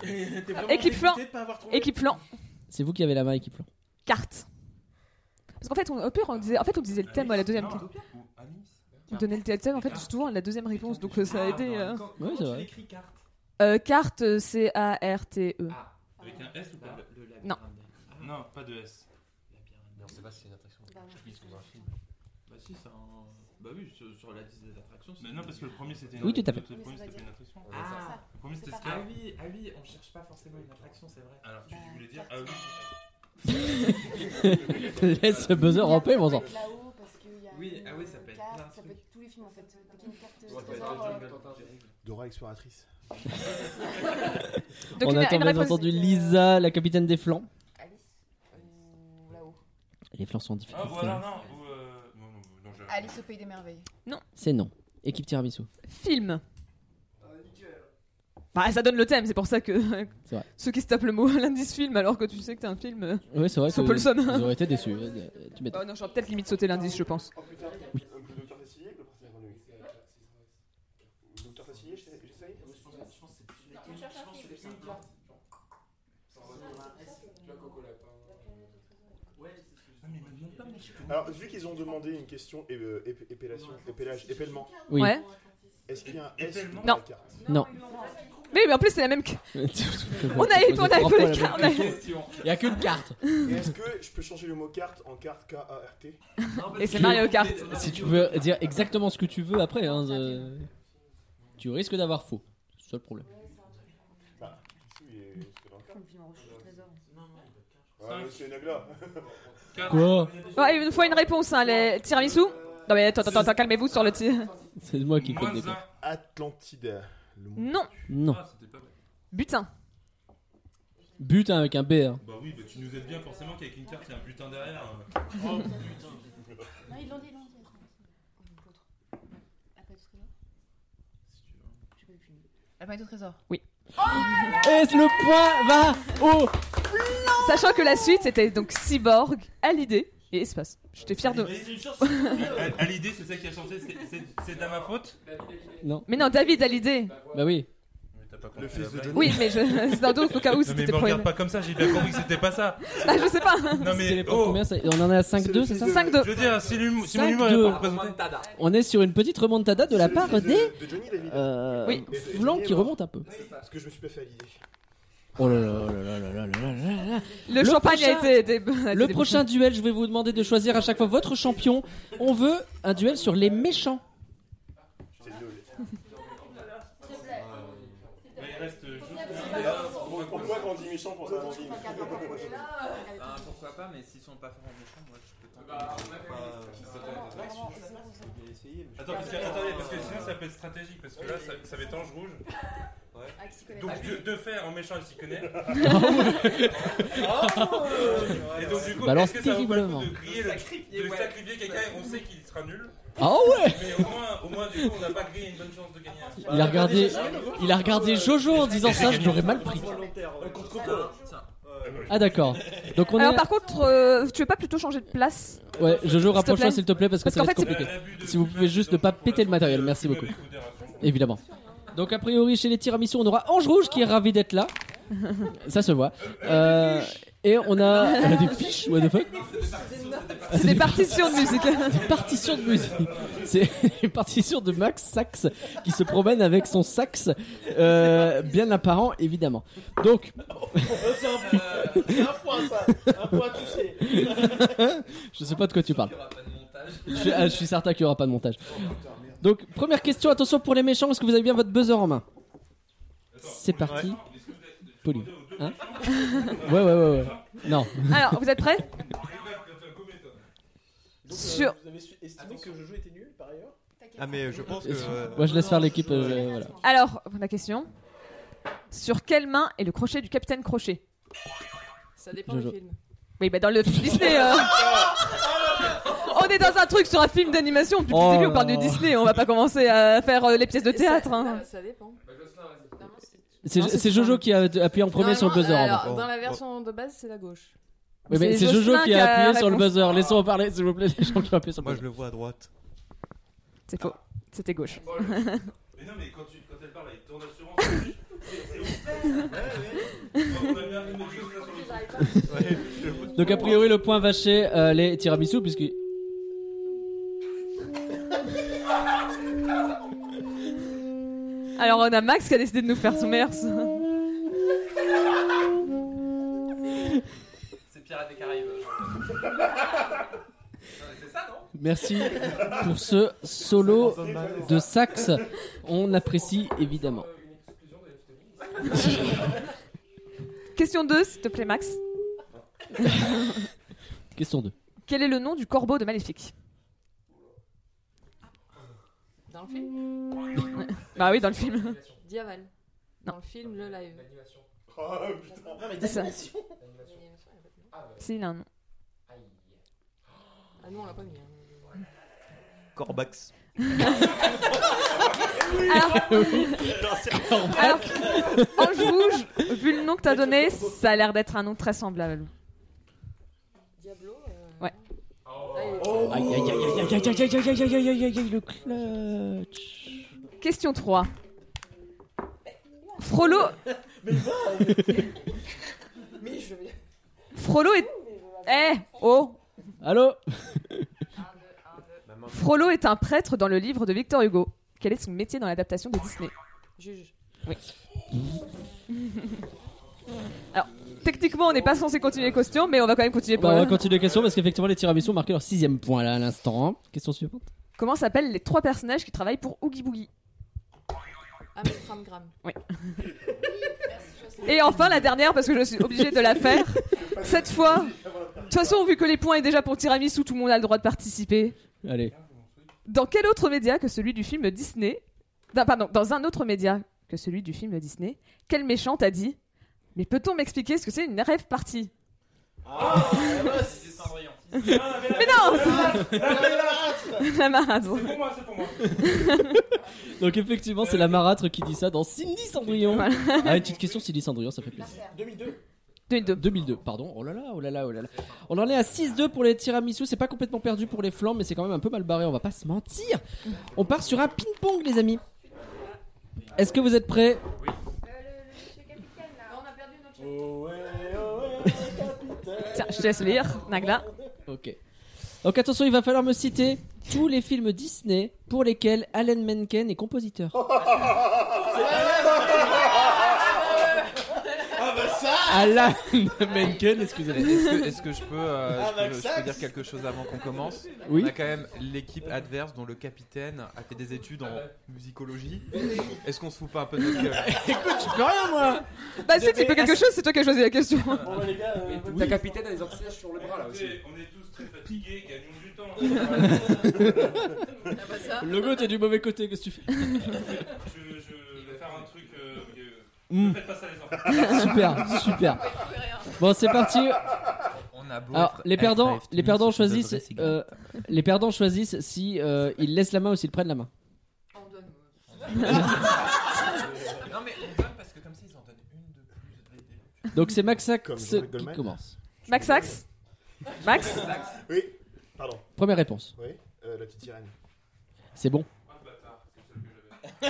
T'es vraiment
Équipe flan.
dégoûté de pas avoir trouvé
Équipe flan.
C'est vous qui avez la main, équipe.
Carte. Parce qu'en fait, on, au pire, on disait, en fait, on disait le thème à la deuxième. On donnait le thème en fait souvent à la deuxième réponse, donc euh,
Ah,
ça a aidé. euh.
Ouais, c'est vrai.
Euh, carte, euh, C-A-R-T-E.
Avec un S ou pas Bah, le,
labyrinthe. Non.
Non, pas de S.
Non, c'est pas si c'est une attraction. Je pense que c'est un film.
Bah si, c'est un. Bah oui, sur, sur la liste des attractions. Mais non, parce que le premier c'était une
Oui, tout à fait.
Le premier c'était pas une attraction.
Ah,
le premier c'était
ah
Scar.
oui, ah oui, on cherche pas forcément une attraction, c'est vrai.
Alors tu voulais dire. Ah oui.
Laisse le buzzer en paix, mon sang.
Là-haut, parce qu'il y a.
Oui,
une
ah oui, ça peut être plein de
carte, Ça peut être tous les films en fait. Dès qu'il y a une carte,
Ouais,
bah,
trésor,
ouais,
euh,
ouais, ouais.
Dora exploratrice.
Donc,
on
une-
attend
une
bien
réponse-
entendu Lisa, la capitaine des flancs.
euh, Alice euh, ou là-haut.
Les flancs sont difficiles.
Ah voilà, non. Ou, euh... Non, non, non, j'ai-
Alice au pays des merveilles.
C'est non. Équipe tiramisu.
Film. Bah, ça donne le thème, c'est pour ça que euh,
C'est vrai.
ceux qui se tapent le mot l'indice film alors que tu sais que t'es un film. euh,
Ouais, c'est vrai.
Ils sont
que
pas le seul.
Ils auraient été déçus. Euh, Tu m'étonnes.
Oh non, j'aurais peut-être limite sauté l'indice, je pense.
Le docteur Tassillier, le prince Le docteur Tassillier, j'essaye
Je pense que c'est plus une
on cherche un
Je pense que
film.
c'est une carte. genre. Sans un S. Tu vois, Coco Lapin. Ouais, c'est ce que je
Alors, vu qu'ils ont demandé une question é- euh, ép- épellation, épellage, épellement.
Oui.
Ouais.
Est-ce qu'il y a un S dans
Non.
la carte
Non.
Mais, mais en plus, c'est la même. ca- On a eu,
Posez
on a
trois
eu
fois
les
la
cartes.
bonne question. Il y a qu'une carte.
Et Est-ce que je peux changer le mot carte en carte K-A-R-T
Et c'est Mario Kart.
Si tu veux dire exactement ce que tu veux après, hein, euh, tu risques d'avoir faux. C'est ça le problème.
Bah, oui, et c'est dans le carte.
Comme film en recherche du trésor.
Ouais, mais c'est Nagla.
Ah,
Quoi
Ouais, il nous faut une réponse, hein, les tiramisu. Non mais attends, attends, attends, calmez-vous sur le tir.
C'est moi qui code
Moins
des
un.
points.
Atlantide. Le monde.
Non,
Non.
Ah, c'était pas bon.
butin.
Butin avec un B. hein.
Bah oui, bah tu nous aides bien forcément qu'avec une carte, il y a un butin derrière. hein.
Non, ils l'ont dit, ils l'ont dit. L'autre. La planète au trésor Je sais pas le film. La planète au trésor.
Et le point va au.
Sachant que la suite c'était donc cyborg, l'idée et espace. J'étais fier de.
Mais- À- À l'idée, c'est ça qui a changé, c'est- c'est c'est à ma faute
Non.
Mais non, David l'idée.
Bah oui.
Mais t'as pas
Le fils de Johnny.
Oui, mais je... c'est un doute au cas où
Non mais
c'était
me
pour
regarde pas comme ça, j'ai bien compris que c'était pas ça.
Ah, je sais pas.
Non
C'était les
mais
points
oh,
combien ça On en est à 5-2, c'est ça
5-2.
je veux dire, si, l'hum- si mon
Cinq,
humour
deux.
est pas représenté.
On est sur une petite remontada de la part
C'est le fils
des.
de, de Johnny David.
Euh,
Oui.
Flan qui remonte un peu.
Parce que je me suis pas fait à l'idée.
Oh là là, oh là là là là là là là.
Le,
Le
champagne
prochain-
a été. dé- a été
Le
débouché.
prochain duel, je vais vous demander de choisir à chaque fois votre champion. On veut un duel sur les méchants.
J'étais nul.
Bah, il reste juste Bah, euh,
Pourquoi quand on dit méchant pour ça on dit-
Regardez encore prochain. Regardez encore
pourquoi pas, mais s'ils sont pas forts en méchant, moi je peux tenter.
Bah,
Je
on
sais
a
pas, euh, ça Ah,
vu, c'est-
doit
vraiment,
être-
vraiment,
je sais pas si je vais essayer, mais je
Attends, parce que,
peux pas.
attendez, parce que sinon ça peut être stratégique, parce que là ça, ça va être ange rouge.
Ah, qui s'y connaît pas.
Donc de, de faire en méchant il s'y connaît.
Oh ouais.
Et donc du coup,
Balance
est-ce que ça vaut pas le coup
terriblement.
de griller, le, de sacrifier quelqu'un et on sait qu'il sera nul
Ah ouais
Mais au moins, au moins du coup on n'a pas grillé une bonne chance de gagner.
Il a regardé, il a regardé Jojo en disant ça, je l'aurais mal pris. Ah d'accord. Donc on
Alors
est.
par contre, euh, tu veux pas plutôt changer de place
Ouais, Jojo,
te
rapproche-toi
plaît.
s'il te plaît parce que
Parce
ça va être
qu'en fait,
compliqué. Si vous pouvez juste ne pas péter le matériel, merci beaucoup. Évidemment. Donc a priori chez les tirs à mission, on aura Ange Rouge qui est ravi d'être là. Ça se voit. Euh, et on a, on a des fiches, what the fuck
C'est des partitions de musique.
Des partitions de musique. C'est des partitions de Max Sax qui se promène avec son sax euh, bien apparent évidemment. Donc
C'est un point, euh, c'est un point, ça. Un point touché. euh,
Je sais pas de quoi tu parles. Je suis, ah, je suis certain qu'il y aura pas de montage. Donc première question, attention pour les méchants, est-ce que vous avez bien votre buzzer en main C'est parti. Pauline. Hein ouais ouais ouais ouais. Non.
Alors, vous êtes prêts
Donc, euh,
Sur-
Vous avez su- estimé que Jojo était nul par ailleurs
Ah, mais je pense que. euh,
Moi je laisse faire l'équipe. euh, voilà.
Alors, ma question. Sur quelle main est le crochet du capitaine Crochet
Ça dépend
Jojo.
du film.
Oui, bah dans le Disney. euh, on est dans un truc sur un film d'animation. Depuis
Oh
le début, on parle
là
de
là.
Disney. On va pas commencer à faire euh, les pièces de théâtre.
Ça,
hein.
non, ça dépend.
Bah,
C'est c'est Jojo qui a appuyé en premier sur le buzzer. en
Alors,
main.
Oh.
dans la version de base, c'est la gauche.
Oui, mais
c'est
c'est Jojo
Jocelyn
qui a
qui a
appuyé
la
sur le
réponse.
buzzer. Laissons en parler s'il vous plaît les gens qui ont appuyé sur le
Moi,
buzzer.
je le vois à droite.
C'est faux. C'était gauche.
Mais non, mais quand, tu, quand elle parle avec ton assurance, c'est c'est ouf. Ouais, ouais. On a bien fait notre chose, là, sur le coup.
Donc a priori le point va chez euh, les tiramisu puisque
Alors, on a Max qui a décidé de nous faire son meilleur. son.
C'est Pirates des Caraïbes. Non, mais c'est ça, non
merci pour ce solo de sax. On apprécie évidemment.
Question 2, s'il te plaît, Max.
Question 2.
Quel est le nom du corbeau de Maléfique
Dans le film
Bah oui, dans le film.
Mm.
Diaval. Dans le film, le live.
Oh
Ah,
putain. Non, mais
C'est ça.
d'animation.
Ah,
Si, il a un nom.
Ah non, on l'a pas mis. hein.
Corbax.
Alors, alors, Ange
joue
Rouge, vu le nom que t'as donné, ça a l'air d'être un nom très semblable.
Diablo. euh,
Ouais.
Aïe aïe aïe aïe aïe aïe aïe aïe aïe aïe aïe aïe aïe le clutch.
Question 3. Frollo.
Mais je vais.
Frollo est. Eh Oh
Allô
Frollo est un prêtre dans le livre de Victor Hugo. Quel est son métier dans l'adaptation de Disney
Juge.
Oui. Alors, techniquement, on n'est pas censé continuer les questions, mais on va quand même continuer
Bah,
par
on va continuer les questions parce qu'effectivement les tiramisu ont marqué leur sixième point là à l'instant. Question suivante.
Comment s'appellent les trois personnages qui travaillent pour Oogie Boogie
Amstram Gram.
Oui. Et enfin, la dernière, parce que je suis obligée de la faire. Cette fois, de toute façon, vu que les points est déjà pour Tiramisu, tout le monde a le droit de participer.
Allez.
Dans quel autre média que celui du film Disney non, Pardon, dans un autre média que celui du film Disney, quel méchant t'a dit Mais peut-on m'expliquer ce que c'est une rêve partie
Ah, la c'est Cendrillon. Mais
non
c'est- La Bélarasse
La marâtre.
C'est pour moi, c'est pour moi.
Donc effectivement c'est la marâtre qui dit ça dans Cindy Cendrillon.
Voilà.
Ah une petite question Cindy Cendrillon ça fait plaisir.
2002
2002.
2002 pardon. Oh là là oh là là oh là là. On en est à 6-2 pour les tiramisu. C'est pas complètement perdu pour les flancs mais c'est quand même un peu mal barré on va pas se mentir. On part sur un ping-pong les amis. Est-ce que vous êtes prêts
Euh,
Oh ouais, oh ouais, capitaine.
Tiens, je te laisse lire, Nagla.
Ok. Donc attention, il va falloir me citer tous les films Disney pour lesquels Alan Menken est compositeur.
Ah bah ça
Alan Menken, excusez-moi.
Est-ce que, est-ce que je peux, euh,
Ah,
je peux-
Max
je peux
Sachs
dire quelque chose avant qu'on commence
Oui.
On a quand même l'équipe adverse dont le capitaine a fait des études en musicologie. Est-ce qu'on se fout pas un peu de notre gueule
Écoute, je peux rien moi
Bah si, tu peux quelque chose, c'est toi qui as choisi la question.
euh,
Ta capitaine a des ortillages sur le bras là aussi.
On est tous très fatigués, gagnons du temps.
Ah, bah,
Le logo, t'es du mauvais côté, qu'est-ce que tu fais
Je, je vais faire un truc. euh, que-
Mm.
Ne faites pas ça, les enfants.
Super, super. Bon, c'est parti.
On a beau
Alors,
être-
les
être
perdants,
AFTM,
les perdants
ça peut
choisissent.
donner ses
euh, les perdants choisissent si euh, ils laissent la main ou s'ils prennent la main.
non mais on donne parce que comme ça ils en donnent une de plus.
Donc c'est Max Sachs
Comme
Jean-Luc
qui
Goldman.
commence.
Max Axe Max
Oui, pardon.
Première réponse.
Oui, euh, la petite sirène.
C'est bon.
Ah,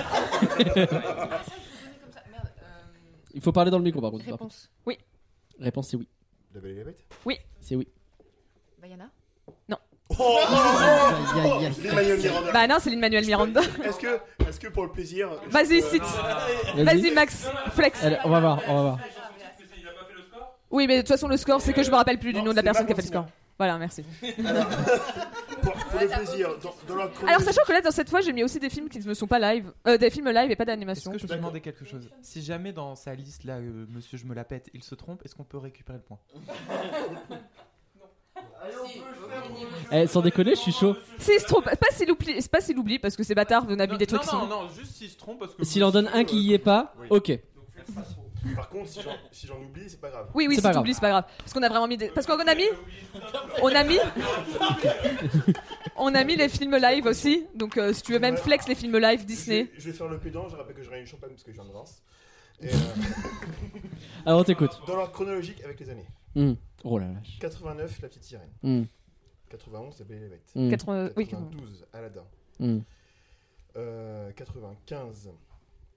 Il faut parler dans le micro par contre.
euh, Réponse.
Oui.
Réponse c'est oui.
La belle et la bête
Oui.
C'est oui.
Bayana
Non.
Oh,
Aïe, aïe, aïe.
Lin-Manuel Miranda.
Bah non, c'est l'Emmanuel Miranda.
Est-ce que, est-ce que pour le plaisir. je
Vas-y,
peux-
cite. Vas-y, Max, flex.
Allez, on va voir, on va voir.
Oui, mais de toute façon, le score, c'est que je me rappelle plus du nom de la
c'est
personne qui a fait le
Valentino.
score. Voilà, merci.
Alors, euh, pour, pour le plaisir, dans, dans leur
Alors,
chronologie-
sachant que là, dans cette fois, j'ai mis aussi des films qui ne sont pas live. Euh, des films live et pas
Est-ce
d'animation.
que je peux demander quelque chose Si jamais dans sa liste là, euh, Monsieur je me la pète, il se trompe, est-ce qu'on peut récupérer le point
Eh, sans déconner, je suis chaud.
Si il se trompe, pas s'il oublie, c'est pas s'il oublie parce que c'est bâtard
Ah,
de naviguer des trucs.
non,
sans-
non, non, juste s'il se trompe parce que.
S'il en donne un qui y est pas,
Oui.
ok.
Par contre, si j'en, si j'en oublie, c'est pas grave.
Oui, oui,
C'est
si
pas
tu oublies,
grave.
c'est pas grave. Parce qu'on a vraiment mis des. Parce qu'on a mis. On a mis. On a mis les films live aussi. Donc, euh, si tu veux même flex les films live Disney.
Je, je vais faire le pédant, je rappelle que j'aurai une champagne parce que je viens de Reims. Et, euh,
Alors on t'écoute.
Dans l'ordre chronologique avec les années.
Hmm. Oh la vache.
89, La Petite Sirène.
Hmm.
91, La Belle et la Bête.
Hmm.
80 Euh, oui,
92, Aladdin.
Hmm.
Euh, 95,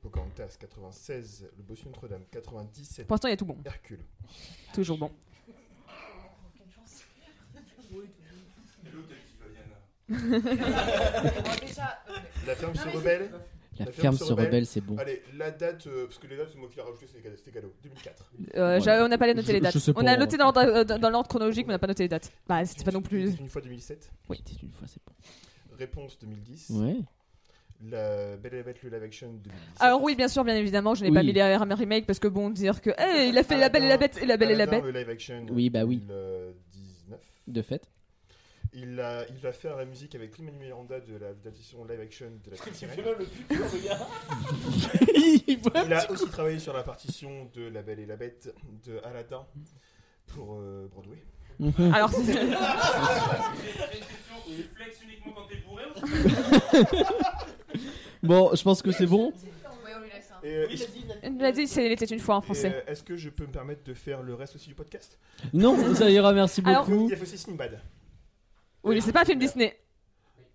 Pocahontas. 96, Le Bossu Notre-Dame. 97,
Pour l'instant, il y a tout bon.
Hercule.
Toujours bon.
La ferme se rebelle.
La ferme se rebelle, c'est bon.
Allez, la date, euh, parce que les dates, c'est moi qui l'ai rajouté, c'est cadeau- c'était cadeau. 2004.
Euh,
Voilà.
j'avais- On n'a pas noté
Je-
les dates.
je sais pas, hein.
on a
on va-
noté dans l'ordre euh, dans l'ordre chronologique, mais on n'a pas noté les dates. Bah, c'était pas non plus.
Une fois 2007.
Oui, c'est une fois, c'est bon.
Réponse 2010.
Ouais.
La Belle et la Bête, le live action 2010.
Ah, Alors oui, bien sûr, bien évidemment, je n'ai pas
Oui.
mis les RM remake parce que bon, dire que Eh, il a fait la belle et la bête et la belle et la
Aladdin,
bête.
Le live action.
Oui, bah oui.
2019.
De fait.
Il a, il va faire la musique avec Lin-Manuel Miranda de la adaptation live action de la Petite Sirène. Il a aussi travaillé sur la partition de La Belle et la Bête de Aladdin pour euh, Broadway.
Alors, c'est-
J'ai une question, tu flexes uniquement quand t'es bourré ou
Bon, je pense que Euh,
euh,
c'est bon.
hein.
Et, euh,
Ah. Il l'a dit, c'est- il était une fois en
et,
français.
euh, Est-ce que je peux me permettre de faire le reste aussi du podcast
Non, ça ira, merci
Alors-
beaucoup.
Il a fait aussi Sinbad.
euh,
Oui, mais c'est pas un film Disney.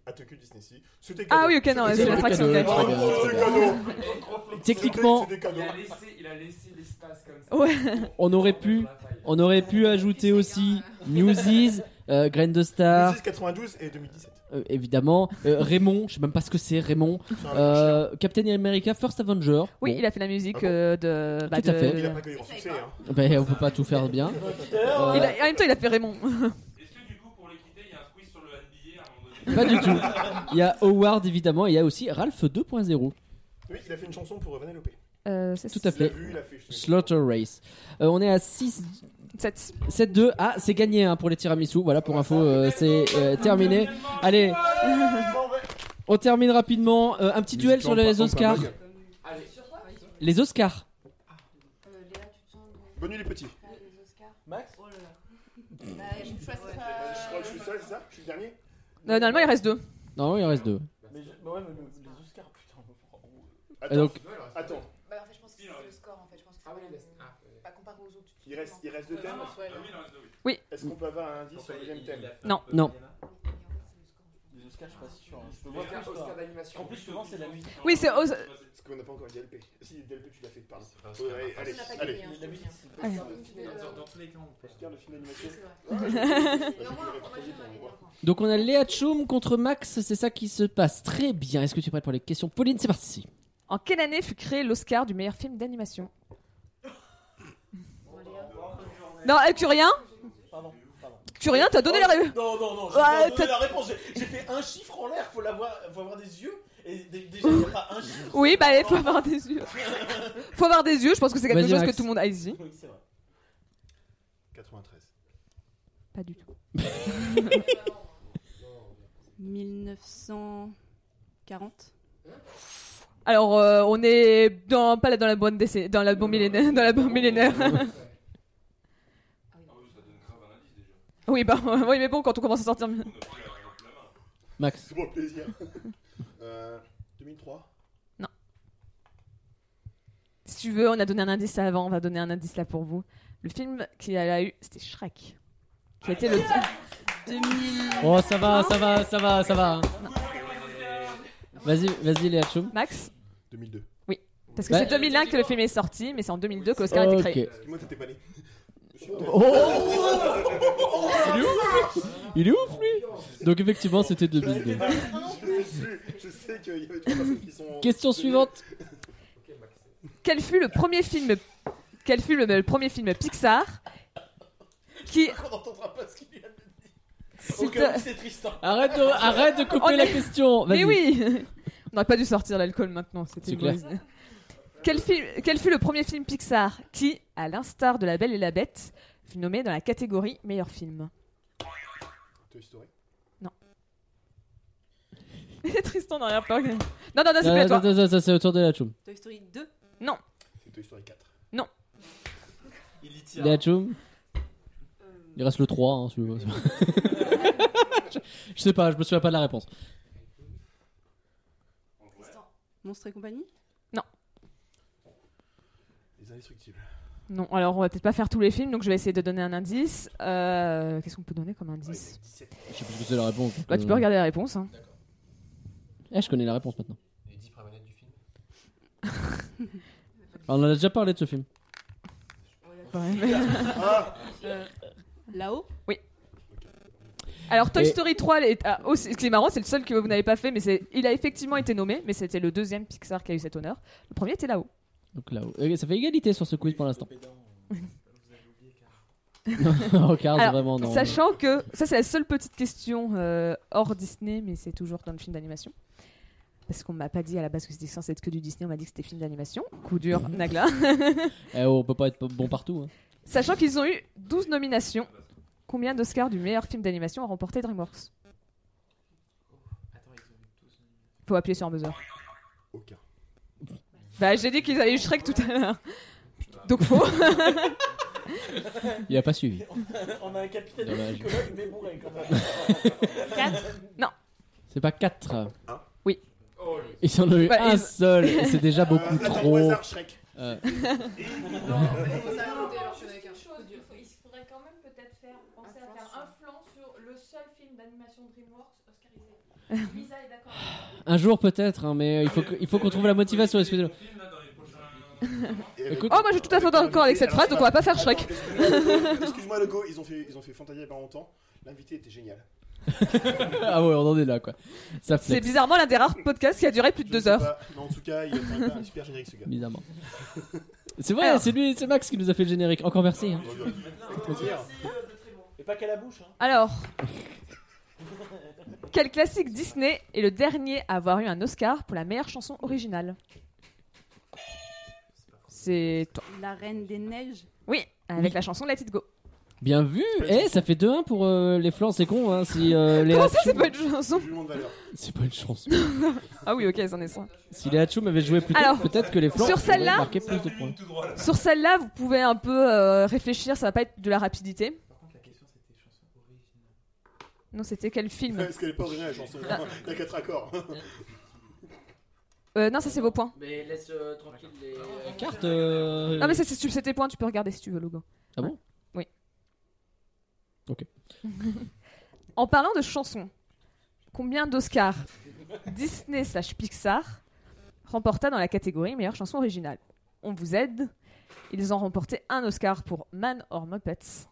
À Tokyo Disney Sea. C'était
Ah
cadeau.
oui, ok, non,
C'était
c'est
cadeau.
l'attraction,
C'était
ok.
cadeau. C'était cadeau.
Techniquement,
C'était cadeau.
Il a laissé, il a laissé l'espace comme ça.
Ouais.
on aurait pu, on aurait pu ajouter aussi Newsies, euh, Grain de Star,
1992 et 2017.
euh, évidemment, euh, Raymond, je sais même pas ce que c'est Raymond, euh, Captain America, First Avenger.
Oui,
Bon,
il a fait la
Ah
musique euh, de. bah,
Tout à
de-
fait.
Il a pas cueilli grand succès. Hein.
ben, on peut pas tout faire bien. Euh,
Il a- En même temps, il a fait Raymond.
Euh, Pas du tout. Il y a Howard évidemment et il y a aussi Ralph 2.0.
Oui, il a fait une chanson pour Vanellope.
Euh, c'est-
Tout à fait.
vu, il a fait, je sais
Slaughter Race. Euh, on est à 6
Sept. Euh,
7-2. Ah, c'est gagné hein, pour les tiramisu. Voilà, pour info, euh, c'est euh, terminé. Allez, on termine rapidement. Euh, un petit duel sur les Oscars. Les Oscars.
Euh,
Bonne nuit les petits.
euh,
Max
Oh
Bah,
Je crois que je suis seul, c'est ça Je suis le dernier
Euh, Normalement, il reste deux.
Non, il en reste deux.
Mais je- mais ouais, mais le- les Oscars, putain.
Attends.
Et donc-
Attends.
Bah, en fait, je pense que c'est le score, en fait. Je pense
Ah
Ah,
que c'est pas le- pas Bah, comparé aux autres.
Il reste, il reste deux
Ah,
thèmes
Ouais, non.
Oui.
Est-ce qu'on peut avoir un indice sur le deuxième thème
Non. Non.
Les Oscars, je suis pas sûr. hein. Je peux voir
Oscars,
que
Oscars
Oscars
d'animation.
En plus, souvent, c'est la musique.
Oui, c'est. os-
Parce qu'on n'a pas encore DLP. Si, DLP, tu l'as fait, pardon.
c'est
Ouais, allez,
pas
allez.
On n'a pas
allez.
gagné, hein, je te le dis, hein.
Allez.
Dans dans tous les cas, on peut.
Oscar, le film d'animation.
euh, C'est vrai.
Ah, je- je-
Non, moi,
je- je-
moi, je m'en ai dit un point.
Donc on a Léa Tchoum contre Max, c'est ça qui se passe. Très bien. Est-ce que tu es prête pour les questions Pauline, c'est parti.
En quelle année fut créé l'Oscar du meilleur film d'animation
Bon, Léa,
Non, euh, Curien
Pardon, pardon.
Curien, t'as donné
Oh,
la réponse
Non, non, non, j'ai
Ouais,
pas donné
t'as-
la réponse. J'ai- J'ai fait un chiffre en l'air, faut l'avoir, faut avoir des yeux. Et dé- déjà, il n'y a pas un chiffre.
Oui, bah il faut avoir des yeux. faut avoir des yeux, je pense que c'est quelque
Vas-y,
chose
Max.
que tout le monde a ici.
Oui, c'est vrai. 93.
Pas du tout.
1940.
Alors, euh, on est dans, pas là dans la bonne décennie, dans la bonne millénaire. Dans la bonne millénaire.
Ah
oui, bah, oui, mais bon, quand on commence à sortir.
Max.
C'est pour le plaisir. Euh, 2003.
Si tu veux, on a donné un indice avant, on va donner un indice là pour vous. Le film qu'il a eu, c'était Shrek. Qui a été le.
2000.
Oh, ça va, ça va, ça va, ça va. hein. Vas-y, vas-y, Léa Tchoum.
Max
2002.
Euh,
Oui. Parce que
Bah,
c'est 2001 que le film est sorti, mais c'est en 2002 que Oscar a
Ok.
été créé.
Parce que moi, t'étais pas né. Oh,
Oh! Il est ouf, lui Il est ouf, lui Donc, effectivement, c'était
Je
2002.
sais plus. Je sais qu'il y avait trois personnes qui sont.
Question suivante.
Quel fut le premier film. Quel fut le, le premier film Pixar qui.
On n'entendra pas ce qu'il y a de
S'il
dit. Au
te-
cas où c'est Tristan.
Arrête de, arrête de couper
On
la
est-
question.
Mais
vas-y.
oui On n'aurait pas dû sortir l'alcool maintenant, c'était
C'est
une mauvaise idée. Quel, film, quel fut le premier film Pixar qui, à l'instar de La Belle et la Bête, fut nommé dans la catégorie meilleur film
Toy Story.
Tristan dans l'arrière-plan. Non, non, non, c'est
Non,
plus à
non,
toi.
non, non, ça, c'est au tour de Léa Tchoum.
Toy Story 2.
Non,
C'est Toy Story 4.
non.
Il y tient.
Léa Tchoum. Il reste le 3, hein, celui-là. je, je sais pas, je me souviens pas de la réponse.
Monstre et compagnie
Les Indestructibles.
Non, alors on va peut-être pas faire tous les films, donc je vais essayer de donner un indice. Euh, Qu'est-ce qu'on peut donner comme indice
Je sais plus ce que c'est la réponse. Euh,
Bah, tu peux regarder la réponse. hein.
Eh, je connais la réponse maintenant.
Les 10 premières minutes du film.
On en a déjà parlé de ce film.
Ah,
Euh, Là-haut
Oui. Alors Toy
Et-
Story 3, est- ah, oh, c'est- ce qui est marrant, c'est le seul que vous n'avez pas fait, mais c'est- il a effectivement été nommé, mais c'était le deuxième Pixar qui a eu cet honneur. Le premier était là-haut.
Donc là, euh, ça fait égalité sur ce quiz pour l'instant. oh, Cars,
Alors,
vraiment, non.
Sachant que ça, c'est la seule petite question euh, hors Disney, mais c'est toujours dans le film d'animation. Parce qu'on m'a pas dit à la base que c'était censé être que du Disney, on m'a dit que c'était film d'animation. Coup dur, Nagla.
Eh, oh, on peut pas être bon partout. hein.
Sachant qu'ils ont eu 12 nominations, combien d'Oscars du meilleur film d'animation a remporté DreamWorks Faut appuyer sur un buzzer.
Aucun.
Bah, j'ai dit qu'ils avaient eu Shrek tout à l'heure. Donc faux.
Il a pas suivi.
On a un capitaine de
Dommage.
psychologue, mais bourré quand même.
Quatre Non.
C'est pas 4.
Oui.
Ils en ont eu
Bah,
un
ils-
seul. et C'est déjà
euh,
beaucoup
attends,
trop.
au hasard, Shrek.
Euh,
Il faudrait quand même peut-être faire penser à faire un flanc sur le seul film d'animation DreamWorks oscarisé. Lisa est d'accord.
un jour peut-être, hein, mais il faut que- il faut qu'on trouve la motivation. excusez-moi.
Et-
Écoute-
Oh, moi j'ai tout à fait d'accord avec cette
Alors,
phrase, donc on va pas faire
attends,
Shrek.
excuse-moi, Excuse-moi, Logo, ils ont fait, ils ont fait Fantasia il y a pas longtemps. L'invité était génial.
ah ouais, on en est là quoi. Ça flex.
C'est bizarrement l'un des rares podcasts qui a duré plus de
Je
deux
sais
heures.
pas, mais en tout cas, il a fait un super générique ce gars.
Bizarrement. C'est vrai, c'est lui, c'est Max qui nous a fait le générique. Encore merci. hein.
Avec plaisir. Et pas qu'à la bouche. Hein.
Alors, quel classique Disney est le dernier à avoir eu un Oscar pour la meilleure chanson originale C'est toi.
La Reine des Neiges
Oui, avec la chanson Let It Go.
Bien vu. Eh, ça fait 2-1 pour euh, les flancs, c'est con. Hein, si euh, Léa
Comment Oh, ça, c'est
Tchoum-
pas une chanson
C'est pas une chance.
Ah oui, ok, c'en est ça.
Si Léa Tchoum avait joué plus tôt,
Alors,
peut-être que les flancs
sur
auraient
celle-là-
marqué plus de points.
Sur celle-là, vous pouvez un peu euh, réfléchir, ça va pas être de la rapidité. Non, c'était quel film
Parce qu'elle est pas originale la chanson.
Ah.
Il y a 4 accords.
Euh, Non, ça c'est vos points.
Mais laisse euh, tranquille les.
La carte. euh,
Non, Ah, mais ça, c'est c'est tes points, tu peux regarder si tu veux, Logan.
Ah bon
Oui.
Ok.
En parlant de chansons, combien d'Oscars Disney slash Pixar remporta dans la catégorie meilleure chanson originale On vous aide. Ils ont remporté un Oscar pour Man or Muppets,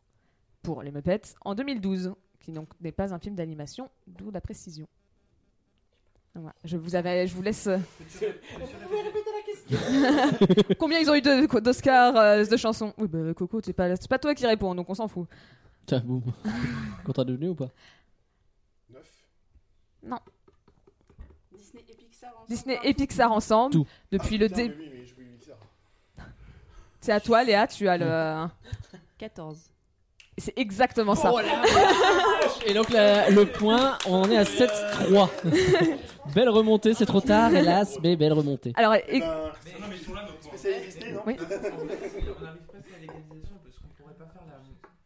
pour les Muppets, en 2012, qui donc n'est pas un film d'animation, d'où la précision. Voilà, Je vous, avais, je vous laisse. euh,
Vous pouvez répéter la question
Combien ils ont eu de- d'Oscars euh, de chansons Oui, bah Coco, c'est pas, c'est pas toi qui réponds, donc on s'en fout.
Tiens, boum. Contrat devenu ou pas
Non.
Disney et Pixar ensemble.
Disney et Pixar ensemble
Tout.
depuis
Ah,
le
putain,
début.
mais oui, mais je voulais dire ça.
C'est à toi, Léa, tu as le.
14.
C'est exactement ça.
Oh la vache
Et donc la- le point, on en est à 7-3. belle remontée, c'est trop tard, hélas, mais belle remontée.
Alors,
Eh
et-
ben,
Non, mais ils sont là, donc.
Spécialiste Disney, non
Oui. On arrive presque à la légalisation parce qu'on pourrait pas faire la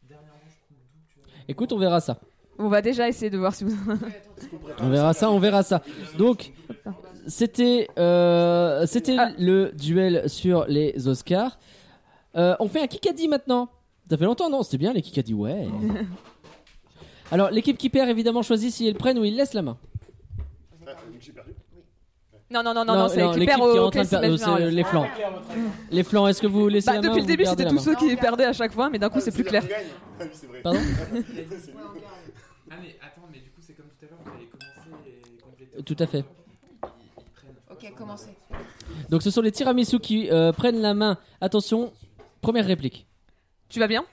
dernière manche.
Écoute, on verra ça.
on va déjà essayer de voir si vous.
On verra ça, on verra ça. Donc, c'était euh, c'était
Ah.
le duel sur les Oscars. Euh, on fait un Kikadi maintenant. Ça fait longtemps, non C'était bien les Kikadi, ouais. Alors, l'équipe qui perd, évidemment, choisit si elle prenne ou ils laissent la main.
Ah, donc j'ai perdu.
non, non, non, non, non, c'est l'équipe qui perd
qui est
au
en train de
classement
perdre, c'est
général.
les flancs. Les flancs, est-ce que vous laissez
Bah,
la main
depuis
ou
le
vous
début,
gardez
c'était
la
tous
main
ceux qui perdaient à chaque fois, mais d'un coup, c'est plus clair.
Ah oui, c'est vrai.
Pardon
C'est nous.
Ah, mais attends, mais du coup, c'est comme tout à l'heure, vous allez commencer et compléter.
Tout à fait.
Ok, commencez.
Donc, ce sont les tiramisu qui euh, prennent la main. Attention, première réplique.
Tu vas bien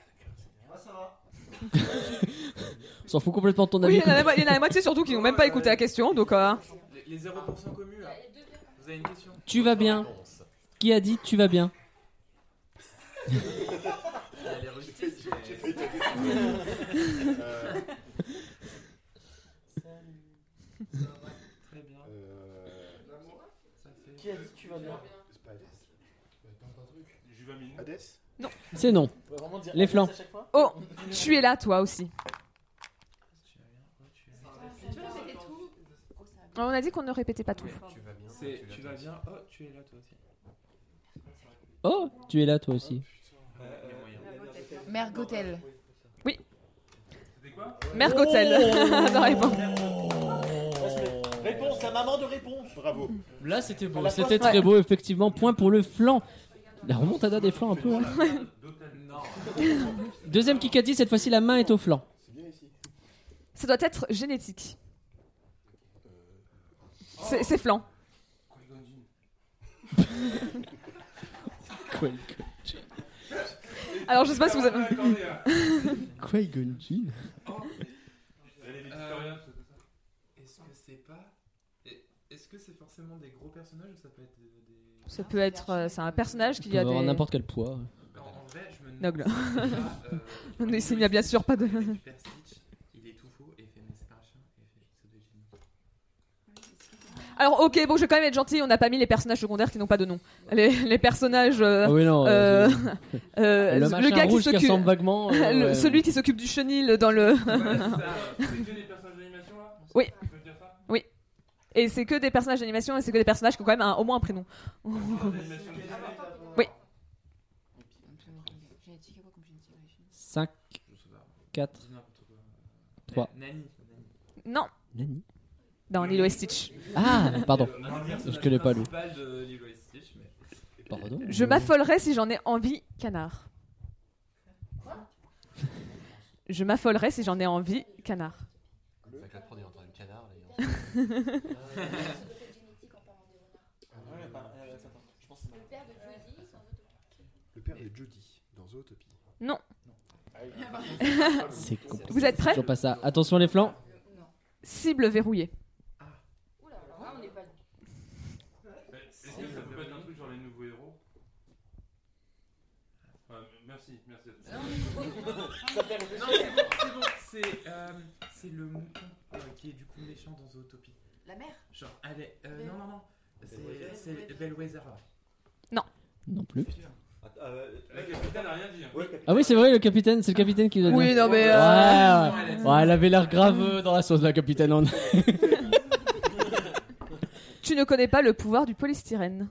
On s'en fout complètement de ton avis.
Oui, euh. il y en a la- il y en a la moitié surtout qui n'ont même pas écouté la question, donc. euh,
Les, les 0% communs, là. Vous avez une question
Tu vas bien Qui a dit tu vas bien
Il y a les rustiques, mais-
J'ai fait ta question. Euh,
Très bien. Oh,
Qui a dit que tu vas bien
euh, C'est pas Hadès.
Juvamine.
Hadès
Non.
C'est non.
Faut vraiment dire
Les
Hadès
flancs.
à chaque fois
Oh, tu es là, toi aussi. On a dit qu'on ne répétait pas tout.
C'est tu vas bien. Oh, tu es là toi aussi.
Oh, tu es là toi aussi.
Euh,
Mère Gothel.
Oui.
C'était quoi
Mère Gothel.
Oh.
Non, réponds.
Réponse, la maman de réponse.
Bravo.
Là, c'était beau.
À la fois,
C'était
c'est-
très beau, effectivement. Point pour le flanc. La remontada des flancs, un peu. hein. Deuxième Kikadi, cette fois-ci, la main est au flanc.
Ça doit être génétique. C'est c'est flanc. Alors, je sais pas si vous avez.
hein.
Quoi, Gonjin
Euh, Est-ce que c'est pas. et- Est-ce que c'est forcément des gros personnages ou ça peut être des. des-
Ça peut être. euh, C'est un personnage
Il
qui
peut
a
avoir
des.
n'importe quel poids.
En, en vrai, je me
Noble.
euh, On
Non, il n'y a bien sûr pas de.
Il est tout faux et il fait mais c'est pas un chien et il fait c'est de génie.
Alors, ok, bon, je vais quand même être gentil. On n'a pas mis les personnages secondaires qui n'ont pas de nom. Les, les personnages. euh,
Ah oui, non,
euh,
Oh, Le
euh,
machin rouge qui ressemble vaguement, euh,
Le-
ouais.
Celui qui s'occupe du chenil dans le.
C'est que des personnages d'animation là
oui.
On peut dire ça
Oui. Et c'est que des personnages d'animation et c'est que des personnages qui ont quand même un- au moins un prénom. oui.
5, 4, 3.
Nani.
Non.
Nani
Dans Lilo et Stitch.
Ah, pardon.
Nani,
Je connais pas Lou.
principal de Lilo et Stitch, mais.
Pardon
Je m'affolerais si j'en ai envie, canard. Je m'affolerais si j'en ai envie, canard.
Avec la prod, il est en train de canard. là, il est en-
Ouais, bah, euh, attends, je pense que c'est mal.
Le père de Judy dans Zootopie.
Non.
C'est compliqué.
Vous êtes prêts
Toujours pas ça. Attention, les flancs.
Cible verrouillée.
Ah,
Est-ce que ça peut pas être un truc genre les nouveaux héros Ouais, Merci, merci à tous.
Non, c'est bon, c'est bon, c'est euh, c'est le mouton euh, qui est du coup méchant dans Zootopie.
La mère
Genre, elle est. euh,
Belle-
non, non, non.
Bellwether.
C'est- C'est Bellwether là.
Non plus.
La capitaine a rien dit. hein.
Ah oui, c'est vrai, le capitaine, c'est le capitaine qui donne.
Oui, non, mais,
Ouais,
euh,
ouais. Ouais, elle avait l'air grave euh, dans la sauce, la capitaine. on-
Tu ne connais pas le pouvoir du polystyrène.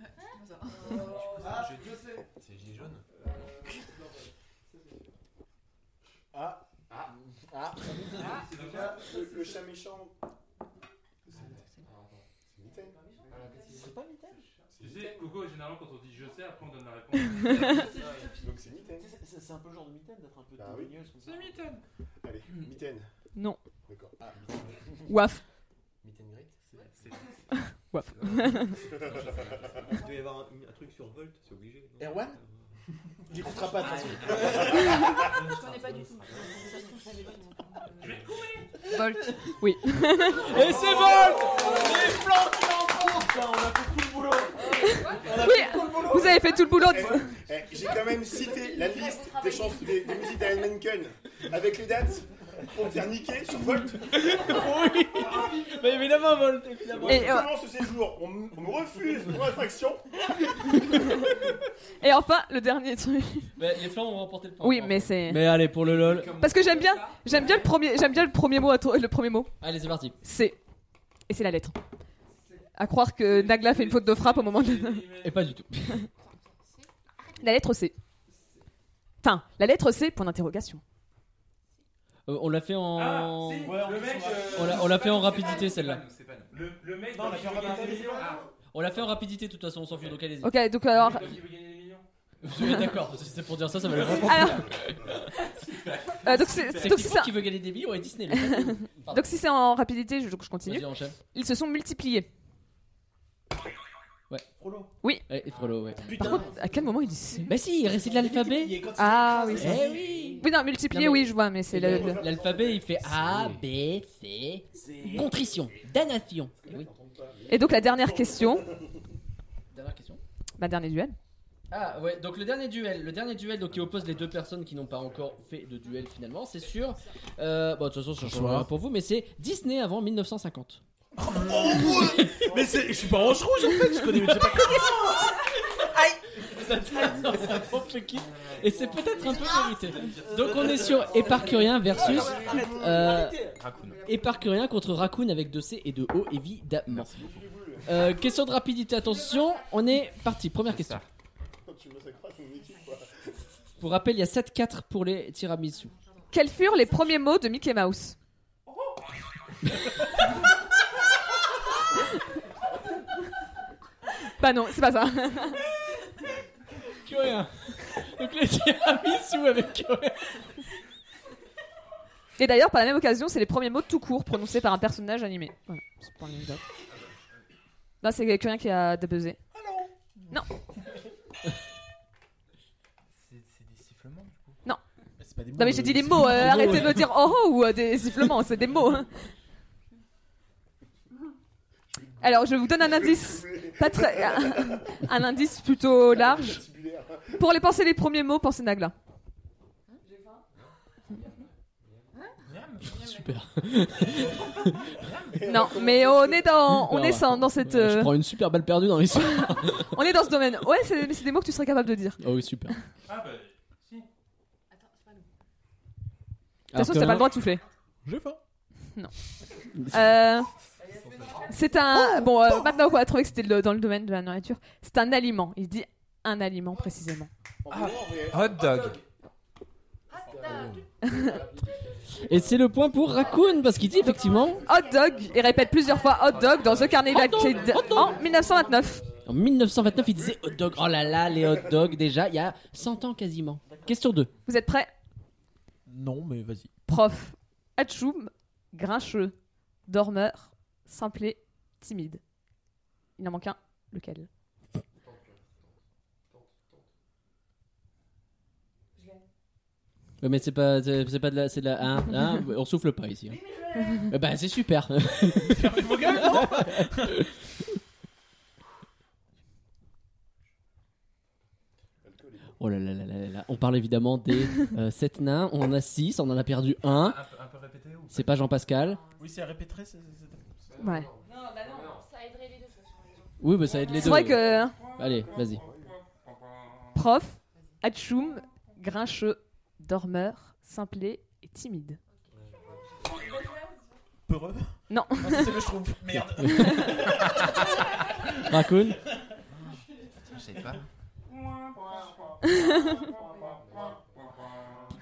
Ah, je sais.
C'est gilet jaune.
Ah. Ah. Ah. Le, le chat méchant. C'est Mitaine.
C'est pas Mitaine
Tu sais, Coco, généralement, quand on dit je sais, après on donne la réponse.
Donc c'est Mitaine.
C'est- C'est c'est un peu le genre de Mitaine d'être un peu
Bah oui.
dégueulasse comme ça.
C'est Mitaine.
Allez, Mitaine.
Non.
D'accord.
Waf.
Meet and greet.
C'est-
Ouaf.
Il doit y avoir un, un truc sur Volt, c'est obligé. non
Erwan Il écoutera pas de toute façon.
Je
connais pas du tout. Ça se trouve, je savais pas, ils vont prendre, euh,
Volt. Oui.
Et c'est Volt Les flancs qui l'emportent Putain, On a fait tout le boulot On a
Oui,
fait tout le boulot
vous avez fait tout le boulot.
Eh, eh, J'ai quand même cité la liste des, chansons, des, des musiques d'Iron Manken avec les dates pour me faire niquer sur Volt.
Oui Mais évidemment, Volt, évidemment
Et on commence ce séjour, on, m- on me refuse mon infraction.
Et enfin, le dernier truc.
les flancs ont remporté le
Oui, mais c'est.
Mais allez, pour le lol.
Parce que j'aime bien, j'aime bien le premier, j'aime bien le premier mot, à tro- le premier mot.
Allez, c'est parti.
C'est et c'est la lettre. À croire que Nagla fait une faute de frappe au moment de.
Et pas du tout.
la lettre C. Enfin, la lettre C. Point d'interrogation.
Euh, on l'a fait en.
Ah,
le mec.
euh,
on l'a- on l'a fait en rapidité celle-là.
Le, le mec.
Non, on l'a fait en rapidité.
Ah.
On l'a fait en rapidité de toute façon, on s'en fout donc allez-y.
Ok, donc alors.
Oui, D'accord, si c'était pour dire ça, ça valait vraiment
Alors. Ah Euh, donc c'est-
c'est
donc c'est
qui
ça.
qui veut gagner des millions et Disney. le mec. Pardon.
Donc si c'est en rapidité, je, je continue.
Vas-y, enchaîne.
Ils se sont multipliés.
Ouais.
Frollo.
Oui.
Eh, Et Frollo, ouais.
Par contre, à quel moment il dit C
Bah si, il récite l'alphabet.
Ah oui.
Eh
oui. non, multiplier,
Non, mais-
oui, je vois, mais c'est le. le-
L'alphabet, il fait A, B, C. Contrition, damnation. Eh oui.
Et donc la dernière question,
Dernière question.
ma dernier duel.
Ah ouais, donc le dernier duel, le dernier duel donc, qui oppose les deux personnes qui n'ont pas encore fait de duel finalement, c'est sur. Euh, bon, de toute façon, ça changera
Bonsoir.
rien pour vous, mais c'est Disney avant 1950.
Oh, Mais c'est- je suis pas orange rouge en fait, je connais mais je sais pas
Ça tourne dans un gros petit- Et c'est peut-être un peu mérité. Donc on est sur Éparcurien versus euh, Éparcurien contre Raccoon avec 2C et 2 O évidemment. Euh, question de rapidité, attention, on est parti. Première question.
tu me sacres pas ton équipe quoi.
Pour rappel, il y a 7-4 pour les tiramisu.
Quels furent les premiers mots de Mickey Mouse Bah non, c'est pas ça.
Curien. Donc les tiramisu avec Curien.
Et d'ailleurs, par la même occasion, c'est les premiers mots tout court prononcés par un personnage animé. Voilà, c'est pour l'anecdote. Là, c'est quelqu'un qui a débuzzé. Non.
C'est c'est des sifflements du coup
Non.
C'est pas des
Non,
mots,
mais j'ai
euh,
dit des
c'est-
mots. euh,
des mots,
arrêtez
ouais.
de me dire oh oh ou euh, des sifflements, c'est des mots. hein. Alors, je vous donne un indice. Pas très. euh, Un indice plutôt large. Pour les penser les premiers mots, pensez Nagla.
Super.
Non, mais on est dans, on
Non,
est
bah,
dans, dans cette,
Je
euh,
prends une super balle perdue dans l'histoire.
on est dans ce domaine. Ouais, c'est mais c'est des mots que tu serais capable de dire.
Ah oui, super.
Ah bah.
De toute façon, t'as pas le droit de souffler.
J'ai faim.
Non. Euh, c'est un. bon, euh, maintenant qu'on a trouvé que c'était le- dans le domaine de la nourriture, c'est un aliment. Il dit un aliment précisément.
euh,
Hot dog.
Ah,
Et c'est le point pour Raccoon parce qu'il dit effectivement
Hot dog, il répète plusieurs fois hot dog dans The Carnival Kid en 1929.
en 1929 il disait hot dog. Oh là là, les hot dogs déjà, il y a 100 ans quasiment. Question 2.
Vous êtes prêts
Non, mais vas-y.
Prof, atchoum, grincheux, dormeur, simplet, timide. Il en manque un, lequel
Mais c'est pas c'est c'est pas de la c'est de la hein, hein, on souffle pas ici. hein. Eh Bah c'est super.
vos gueules, non
Oh là là là là là là. On parle évidemment des 7 nains. On en a 6, on en a perdu un.
Un peu- un peu répété, ou-
C'est pas Jean-Pascal.
Oui, c'est répéteré, c'est.
Ouais.
Non, bah non, ça aiderait les deux. ça changerait les
Oui, bah ça aide les deux.
C'est vrai que- hein,
Allez, vas-y.
Prof, atchoum, grincheux, dormeur, simplet et timide.
Peureux
Non.
Ah, ça, c'est le schtroumpf. Merde.
Raccoon
Je sais pas.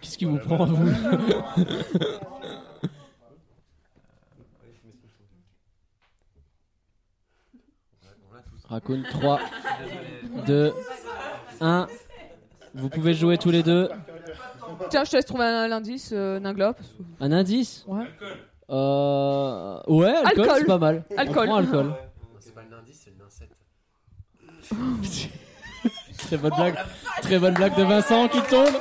Qu'est-ce qui vous prend à vous Raccoon 3, 2, 1. Vous pouvez jouer tous les deux.
Tiens, je te laisse trouver un, l'indice, euh, Ningla, parce que-
Un indice
Ouais.
Euh... Ouais, alcool,
Alcool.
c'est pas mal. On
Alcool.
prend alcool.
Oh,
C'est pas le lundi.
indice, c'est une insecte.
Très bonne blague. Très bonne blague de Vincent qui tombe.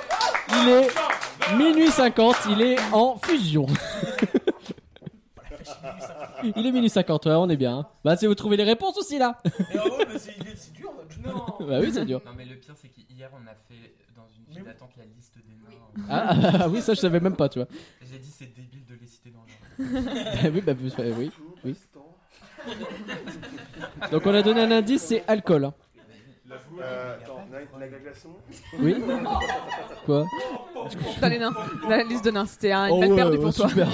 Il est minuit 50, il est en fusion. Il est minuit 50, ouais, on est bien. hein. Bah, si vous trouvez les réponses aussi là.
Mais oh, mais c'est il est- c'est dur. Non.
Bah oui, c'est dur.
Non, mais le pire, c'est qu'hier, on a fait dans une file d'attente la liste des morts.
Ah, ah, ah, oui, ça je savais même pas, tu vois.
J'ai dit, c'est débile de les citer dans
Bah
le
oui, bah, vous- euh, oui, oui. Donc on a donné un indice, c'est alcool. hein.
La euh, attends, Night- Night à glaçons
Oui. Quoi
Dans les nains. La liste de nains, c'était un- une
Oh
balle
ouais,
perdue
ouais,
pour toi.
super.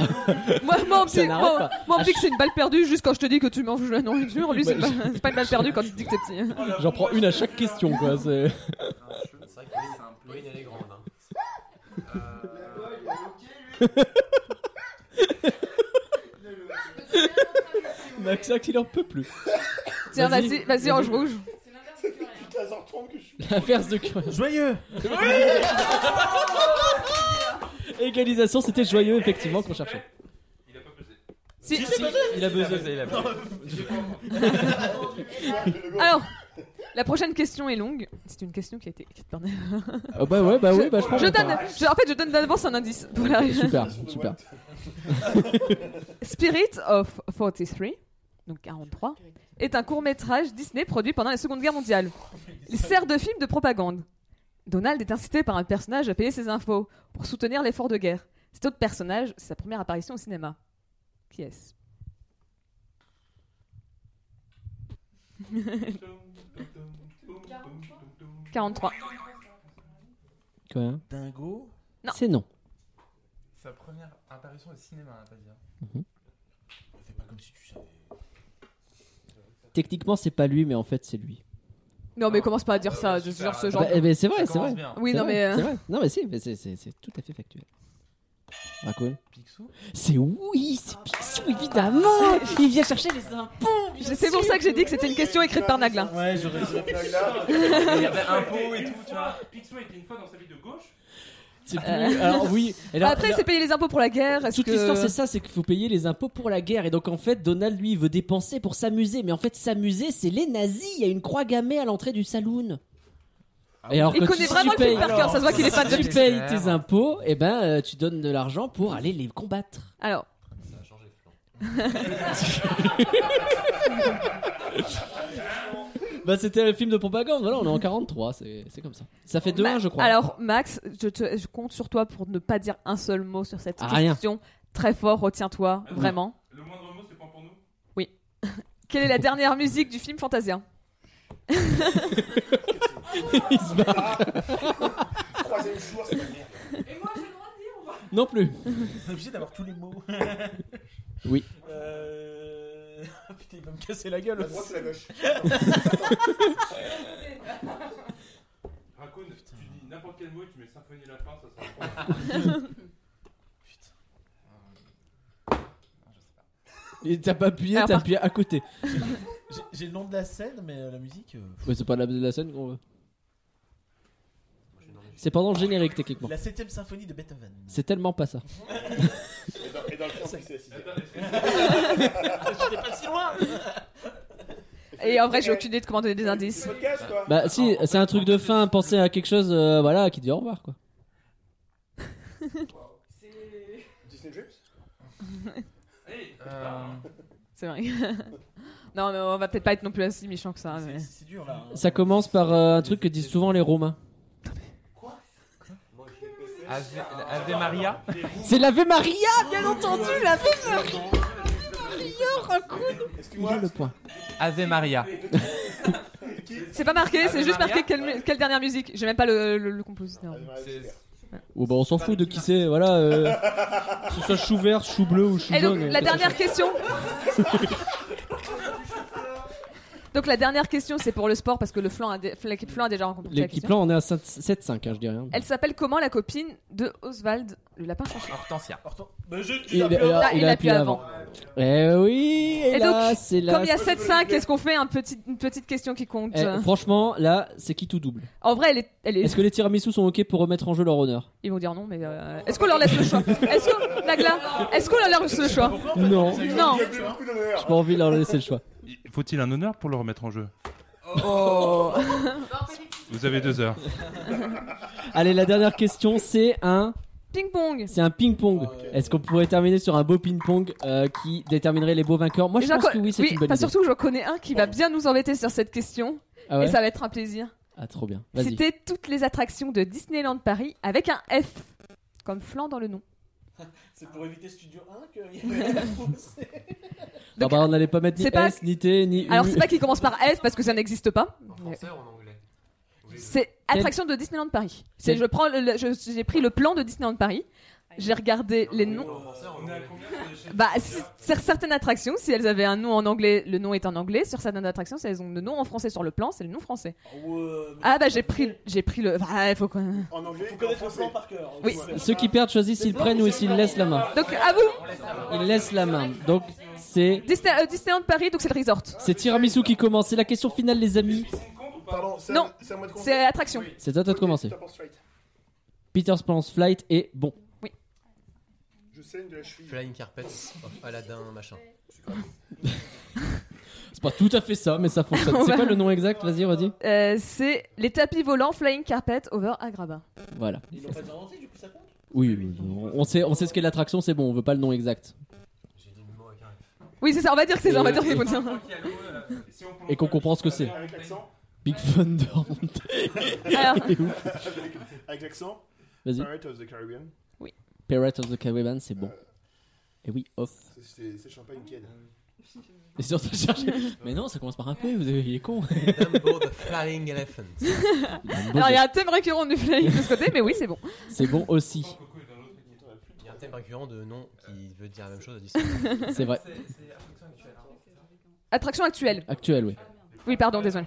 moi, moi, on me
Ça
dit,
n'arrête
moi,
pas.
moi, on me
À
dit que c'est une balle perdue juste quand je te dis que tu manges la nourriture. Lui, c'est
Bah,
pas, c'est pas une balle perdue quand il te dit que t'es
Oh,
petit. hein.
J'en prends une à chaque question, quoi. C'est
C'est vrai que c'est un peu. elle est grande. Hein.
Euh,
Maxa il en peut plus.
Tiens, vas-y, vas-y, range rouge.
Ça fait plus de 15 ans trente que je suis.
L'inverse de quoi Joyeux Égalisation, c'était joyeux, effectivement, qu'on cherchait.
Si,
Si, il a buzzé.
Il a
Alors, la prochaine question est longue. C'est une question qui a été écrite par
Ah bah ouais, bah oui, bah je prends
Je
mon
donne,
part.
je- en fait, je donne d'avance un indice pour la
Super, super.
Spirit of 43, donc 43, est un court-métrage Disney produit pendant la Seconde Guerre mondiale. Il sert de film de propagande. Donald est incité par un personnage à payer ses infos pour soutenir l'effort de guerre. Cet autre personnage, c'est sa première apparition au cinéma. Qui est-ce
Dingo
43.
Quoi C'est non.
Sa première apparition au cinéma, hein, on va dire.
Fais pas comme si tu savais.
Techniquement, c'est pas lui, mais en fait, c'est lui.
Non, mais commence pas à dire ça, je jure ce genre.
Bah, eh ben, c'est vrai, c'est vrai.
Oui,
C'est
non,
vrai,
mais. euh,
c'est vrai. Non, mais si, mais c'est- c'est c'est tout à fait factuel. Raccoon C'est oui, c'est Picsou,
Ah,
évidemment Il vient chercher les
Euh,
impôts
C'est pour ça que j'ai dit que c'était une question écrite par Naglin.
Ouais, j'aurais
Il y avait un pot et tout, tu vois.
Picsou était une fois dans sa vie de gauche.
C'est plus.
Euh.
Alors, oui. Et
Bah,
alors,
après,
alors,
c'est payer les impôts pour la guerre. est-ce
Toute
que-
l'histoire, c'est ça, c'est qu'il faut payer les impôts pour la guerre. Et donc, en fait, Donald, lui, il veut dépenser pour s'amuser. Mais en fait, s'amuser, c'est les nazis. Il y a une croix gammée à l'entrée du saloon. Et alors
Il
que
connaît
si
vraiment
tu
le film
payes-
par cœur, ça se voit qu'il est fan de
Si tu
film.
payes tes impôts, et ben, euh, tu donnes de l'argent pour aller les combattre.
Alors.
Bah, c'était le film de propagande. Voilà, on est en 43, c'est c'est comme ça. Ça fait 2-1, je crois.
Bah, Alors, Max, je, te- je compte sur toi pour ne pas dire un seul mot sur cette
Ah, rien.
question. Très fort, retiens-toi, vraiment.
Le moindre mot, c'est pas pour nous.
Oui. Quelle est la dernière musique du film Fantasia
Il se barre.
Troisième jour, c'est ma merde.
Et moi, j'ai le droit de dire ou pas
Non plus.
T'es obligé d'avoir tous les mots.
Oui.
Euh... Putain, il va me casser la gueule.
La droite ou la gauche
Raccoon, tu dis n'importe quel mot et tu mets symphonie à la fin, ça sera.
Et t'as pas appuyé,
Alors,
t'as
par-
appuyé à côté.
J'ai- J'ai le nom de la scène, mais euh, la musique. euh,
Mais c'est pas la, la scène qu'on veut. C'est pendant le générique, techniquement.
La 7 symphonie de Beethoven.
C'est tellement pas ça.
Et dans, et dans le film, c'est la sixième.
J'étais pas si loin
Et en vrai, j'ai aucune idée de comment donner des indices.
Bah si, c'est un truc de fin, penser à quelque chose, euh, voilà, qui dit au revoir, quoi.
Disney Dreams
Euh,
C'est vrai. non, mais on va peut-être pas être non plus aussi méchant que ça. mais-
C'est dur là.
Ça commence par euh, un truc que disent souvent les Romains.
Euh,
Ave, Ave Maria
C'est l'Ave Maria,
Ah,
bien entendu, l'Ave
Maria
Il a le point.
Ave Maria.
C'est pas marqué, Ah, c'est
Ave
juste marqué
Maria
quelle, mu- quelle dernière musique. J'ai même pas le, le- le compositeur.
Bon bah on s'en fout de qui c'est, voilà. euh, que ce soit chou vert, chou bleu ou chou
Et Eh, donc,
jaune.
la dernière question. Donc, la dernière question, c'est pour le sport parce que le flanc a dé- l'équipe flanc a déjà rencontré la
L'équipe là
question.
on est à 7- 7-5, hein, je dirais. hein.
Elle s'appelle comment la copine de Oswald, le lapin chanson Ah,
Hortensia.
Ah, Il,
avant.
a-
Il a
appuyé
appuyé avant.
Eh oui, et,
Et
là,
donc,
c'est là.
comme il y a 7-5, est-ce qu'on fait un petit- une petite question qui compte
Eh,
euh
franchement, là, c'est qui tout double
En vrai, elle est. elle est-
Est-ce que les tiramisu sont ok pour remettre en jeu leur honneur
Ils vont dire non, mais euh, est-ce qu'on leur laisse le choix Est-ce que Nagla, est-ce qu'on leur laisse le choix
Non.
Non.
J'ai pas envie de leur laisser le choix.
Faut-il un honneur pour le remettre en jeu
Oh.
Vous avez deux heures.
Allez, la dernière question, c'est un.
Ping-pong.
C'est un ping-pong. Est-ce qu'on pourrait terminer sur un beau ping-pong euh, qui déterminerait les beaux vainqueurs Moi, je
J'en
pense que
co-
oui, c'est une bonne
enfin,
idée.
Surtout, j'en connais un qui va bien nous embêter sur cette question.
Ah ouais
et ça va être un plaisir.
Ah, trop bien. Vas-y.
C'était toutes les attractions de Disneyland Paris avec un F, comme flan dans le nom.
C'est pour éviter Studio 1 que.
Ah bah, on n'allait pas mettre ni
c'est pas-
S, ni T, ni U.
Alors, c'est pas qu'il commence par F parce que ça n'existe pas. C'est attraction de Disneyland Paris. C'est
Quel-
je prends le- le- je- j'ai pris le plan de Disneyland Paris. J'ai regardé les noms. Bah, si- sur certaines attractions, si elles avaient un nom en anglais, le nom est en anglais. Sur certaines attractions, si elles ont le nom en français sur le plan, c'est le nom français. Ah bah j'ai pris, j'ai pris le. Ah, il faut quoi
En anglais,
Vous connaissez le plan par cœur.
Oui. Ceux qui perdent choisissent s'ils prennent ou s'ils laissent la main.
Donc à vous.
Ils laissent la main. Donc, c'est.
Disney- euh, Disneyland Paris, donc c'est le resort.
C'est Tiramisu qui commence. C'est la question finale, les amis.
Pardon, c'est
Non,
à- c'est à moi de
c'est attraction.
C'est à toi de commencer. Peter Pan's Flight est bon.
Je saigne de la cheville.
Flying Carpet of Aladdin, machin.
C'est pas tout à fait ça, mais ça fonctionne. C'est quoi le nom exact Vas-y, redis.
Euh, c'est les tapis volants Flying Carpet Over Agrabah.
Voilà.
Ils l'ont pas inventé, du coup ça compte
Oui, oui, oui. on sait, on sait ce qu'est l'attraction, c'est bon, on veut pas le nom exact.
Oui, c'est ça, on va dire que c'est ça, on va dire que c'est ça.
Et qu'on comprend ce que c'est.
Avec l'accent
Big Thunder Mountain.
Alors.
Il est ouf.
Avec l'accent
Vas-y.
Pirates of the Caribbean.
Oui.
Pirate of the Caribbean, c'est bon. Et oui, off.
C'est c'est Champagne Kid.
Et surtout chercher. Mais non, ça commence par un P, vous avez, il est con.
Dumbo the Flying Elephant.
Ah, Alors il y a un thème récurrent du Flying de ce côté, mais oui, c'est bon.
C'est bon aussi.
Il y a un thème récurrent de nom qui veut dire la même chose à distance.
C'est vrai.
hein.
Attraction actuelle.
Actuel, oui.
Oui,
Oh,
pardon, désolé.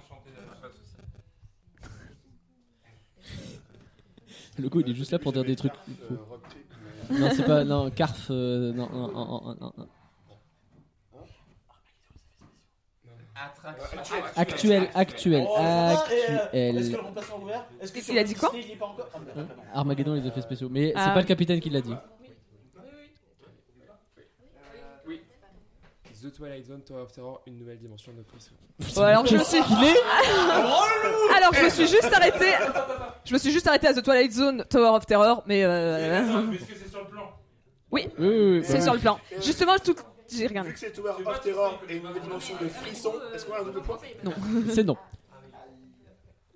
Le coup, il est juste là pour dire des trucs.
euh, rock trip, mais-
Non, c'est pas. Non, Carf. euh, non, non, non, non, non, non.
Attraction.
Actuel, actuel,
Oh, ça va, et, euh,
actuel.
Est-ce que le remplaçant est ouvert Est-ce que
Il
sur
a dit quoi
Disney, il est pas encore Ah, merde.
Armageddon, les effets spéciaux. Mais
Ah.
c'est pas le capitaine qui l'a dit.
The Twilight Zone, Tower of Terror, une nouvelle dimension de prison.
Bon, alors je me suis.
Il est
Alors je me suis juste arrêté. Je me suis juste arrêté à The Twilight Zone, Tower of Terror, mais. euh,
Est-ce que c'est sur le plan
Oui,
Oui, oui, oui,
c'est
bah.
sur le plan. Justement, tout. J'ai regardé.
Vu que c'est Tower of Terror et une nouvelle dimension de frisson, est-ce qu'on a un euh, double point
Non. C'est non.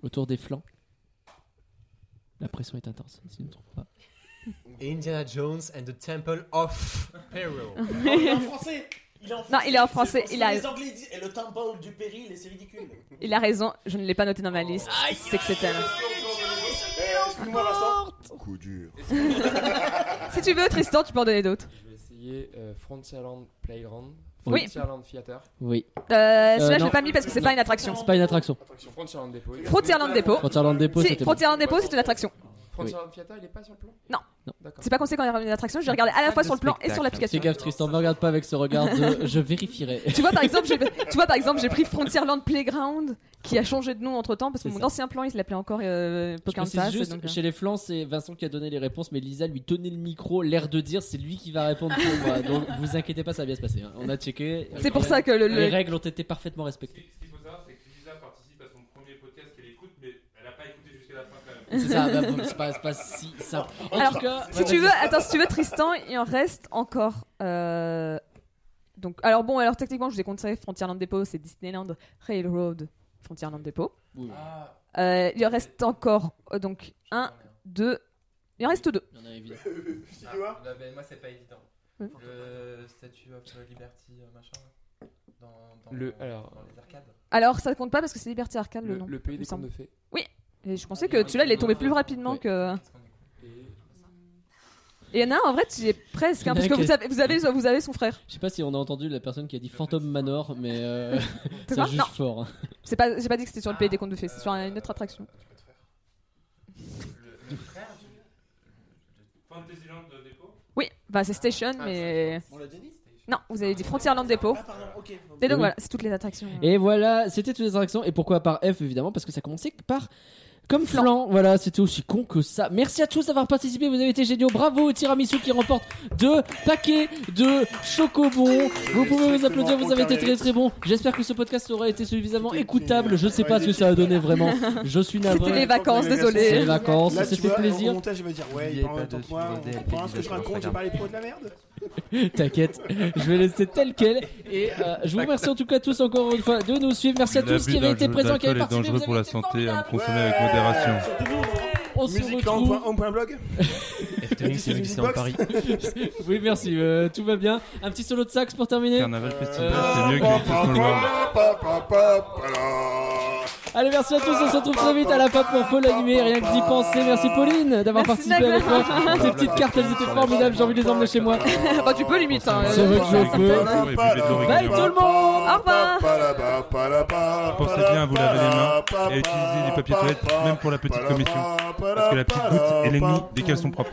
Autour des flancs. La pression est intense, si je ne me trompe pas.
Indiana Jones and the Temple of Peril.
Oh, il est en français Il est en français
Non, il est en français,
C'est-
il a-
Les anglais disent et le temple du péril et c'est ridicule.
Il a raison, je ne l'ai pas noté dans ma liste. C'est que c'était.
Eh,
Excuse-moi Vincent. Coup dur.
Si tu veux, Tristan, tu peux en donner d'autres.
Je vais essayer euh, Frontierland Playground.
Oui.
Frontierland Theater.
Oui.
Euh, celui-là,
Euh,
je l'ai
non.
pas mis parce que c'est pas une attraction.
C'est pas une attraction.
Frontierland Depot.
Frontierland Depot.
Frontierland Depot,
Si,
c'était bon.
Frontierland Depot, c'est une attraction.
Frontierland Theater, il est pas sur le plan
Non.
D'accord.
C'est pas considéré quand il y a une attraction, je l'ai regardé à la fois sur le plan et sur l'application.
Fais gaffe, Tristan, me regarde pas avec ce regard de je vérifierai.
Tu vois par exemple, j'ai tu vois par exemple, j'ai pris Frontierland Playground qui a changé de nom entre temps parce que
C'est
mon
ça.
ancien plan il l'appelait encore euh,
Je précise
Pocahontas.
juste,
donc, euh.
chez les flancs, c'est Vincent qui a donné les réponses, mais Lisa lui tenait le micro, l'air de dire c'est lui qui va répondre pour moi. Donc vous inquiétez pas, ça va bien se passer. hein. On a checké.
C'est pour ça que le-
les
le-
règles ont été parfaitement respectées.
Ce qu'il faut savoir, c'est que Lisa participe à son premier podcast qu'elle écoute, mais elle a pas écouté jusqu'à la fin quand même.
C'est ça, bah, bon, c'est pas, c'est pas si simple. En
Alors,
tout cas,
si tu veux, attends, si tu veux Tristan, il en reste encore. euh, Donc, alors bon, alors techniquement, je vous ai conseillé Frontierland Depot, c'est Disneyland Railroad Frontierland Depot.
Mmh.
Oui.
Euh, il en reste encore euh, donc un, deux. Il en reste deux.
Il y en a évidemment.
Ah,
bah, bah, moi, c'est pas évident.
Ouais.
Le Statue of Liberty, euh, machin, là, dans, dans,
Le- alors,
dans les arcades.
Alors ça compte pas parce que c'est Liberty Arcade le,
Le-
nom.
le pays
il me
des
semble.
contes de fées.
Oui. Et je pensais que celui-là, il est tombé plus rapidement que. Et il y en a un, en vrai, tu y es presque, hein,
Il y en a
parce
un
que
qui
vous
est-
avez, vous, avez, vous avez son frère.
Je sais pas si on a entendu la personne qui a dit Phantom Manor, mais euh,
C'est
ça
quoi
juge
Non.
fort. hein.
C'est pas, j'ai pas dit que c'était sur le
Ah,
pays des contes de
euh,
fées, c'est sur une autre attraction.
Le frère du.
Fantasyland de dépôt
Oui, bah c'est Station, mais.
On l'a déjà dit
Non, vous avez dit Frontierland Depot.
Ah, ok.
Et
Oui.
donc voilà, c'est toutes les attractions.
Et voilà, c'était toutes les attractions. Et pourquoi par F évidemment Parce que ça commençait par Comme flan. voilà, c'était aussi con que ça. Merci à tous d'avoir participé, vous avez été géniaux. Bravo au tiramisu qui remporte deux paquets de chocobons. Vous pouvez vous applaudir, vous avez été très très bons. J'espère que ce podcast aura été suffisamment écoutable. Je sais pas ce que ça a donné vraiment. Je suis navré.
C'était les vacances, désolé.
C'était les vacances,
Là, tu
c'était
vois,
plaisir.
Au montage, il va dire Ouais, il
N'oubliez
parle en
pas
même temps
de
que moi.
suivre des
Pendant ce que je
épisodes
raconte, j'ai
Instagram.
parlé pro de la merde.
T'inquiète, je vais laisser tel quel. Et euh, je vous remercie en tout cas tous encore une fois de nous suivre. Merci à tous
L'abus
qui avaient été
d'alcool-
présents, qui avaient
d'alcool est
participé.
dangereux
Vous
pour
avez
la
été
santé à
formidables.
consommer avec modération.
Euh, hein.
On se retrouve.
Musicland.home.blog
Efteling, c'est le lycée en Paris.
oui, merci, euh, tout va bien. Un petit solo de sax pour terminer.
Carnaval festival, c'est mieux que les Christmas
Allez, merci à tous, on se retrouve très vite à la pape pour Faux l'animé. Rien que d'y penser. Merci Pauline d'avoir
Merci,
participé avec moi.
Nagla.
Ces petites cartes, elles étaient formidables, j'ai envie de les emmener chez moi.
bah, tu peux limite. Hein,
C'est vrai que je peux.
Bye tout le monde. Au revoir.
Pensez bien à vous laver les mains et à utiliser du papier toilette, même pour la petite commission. Parce que la petite goutte est l'ennemi des caleçons propres.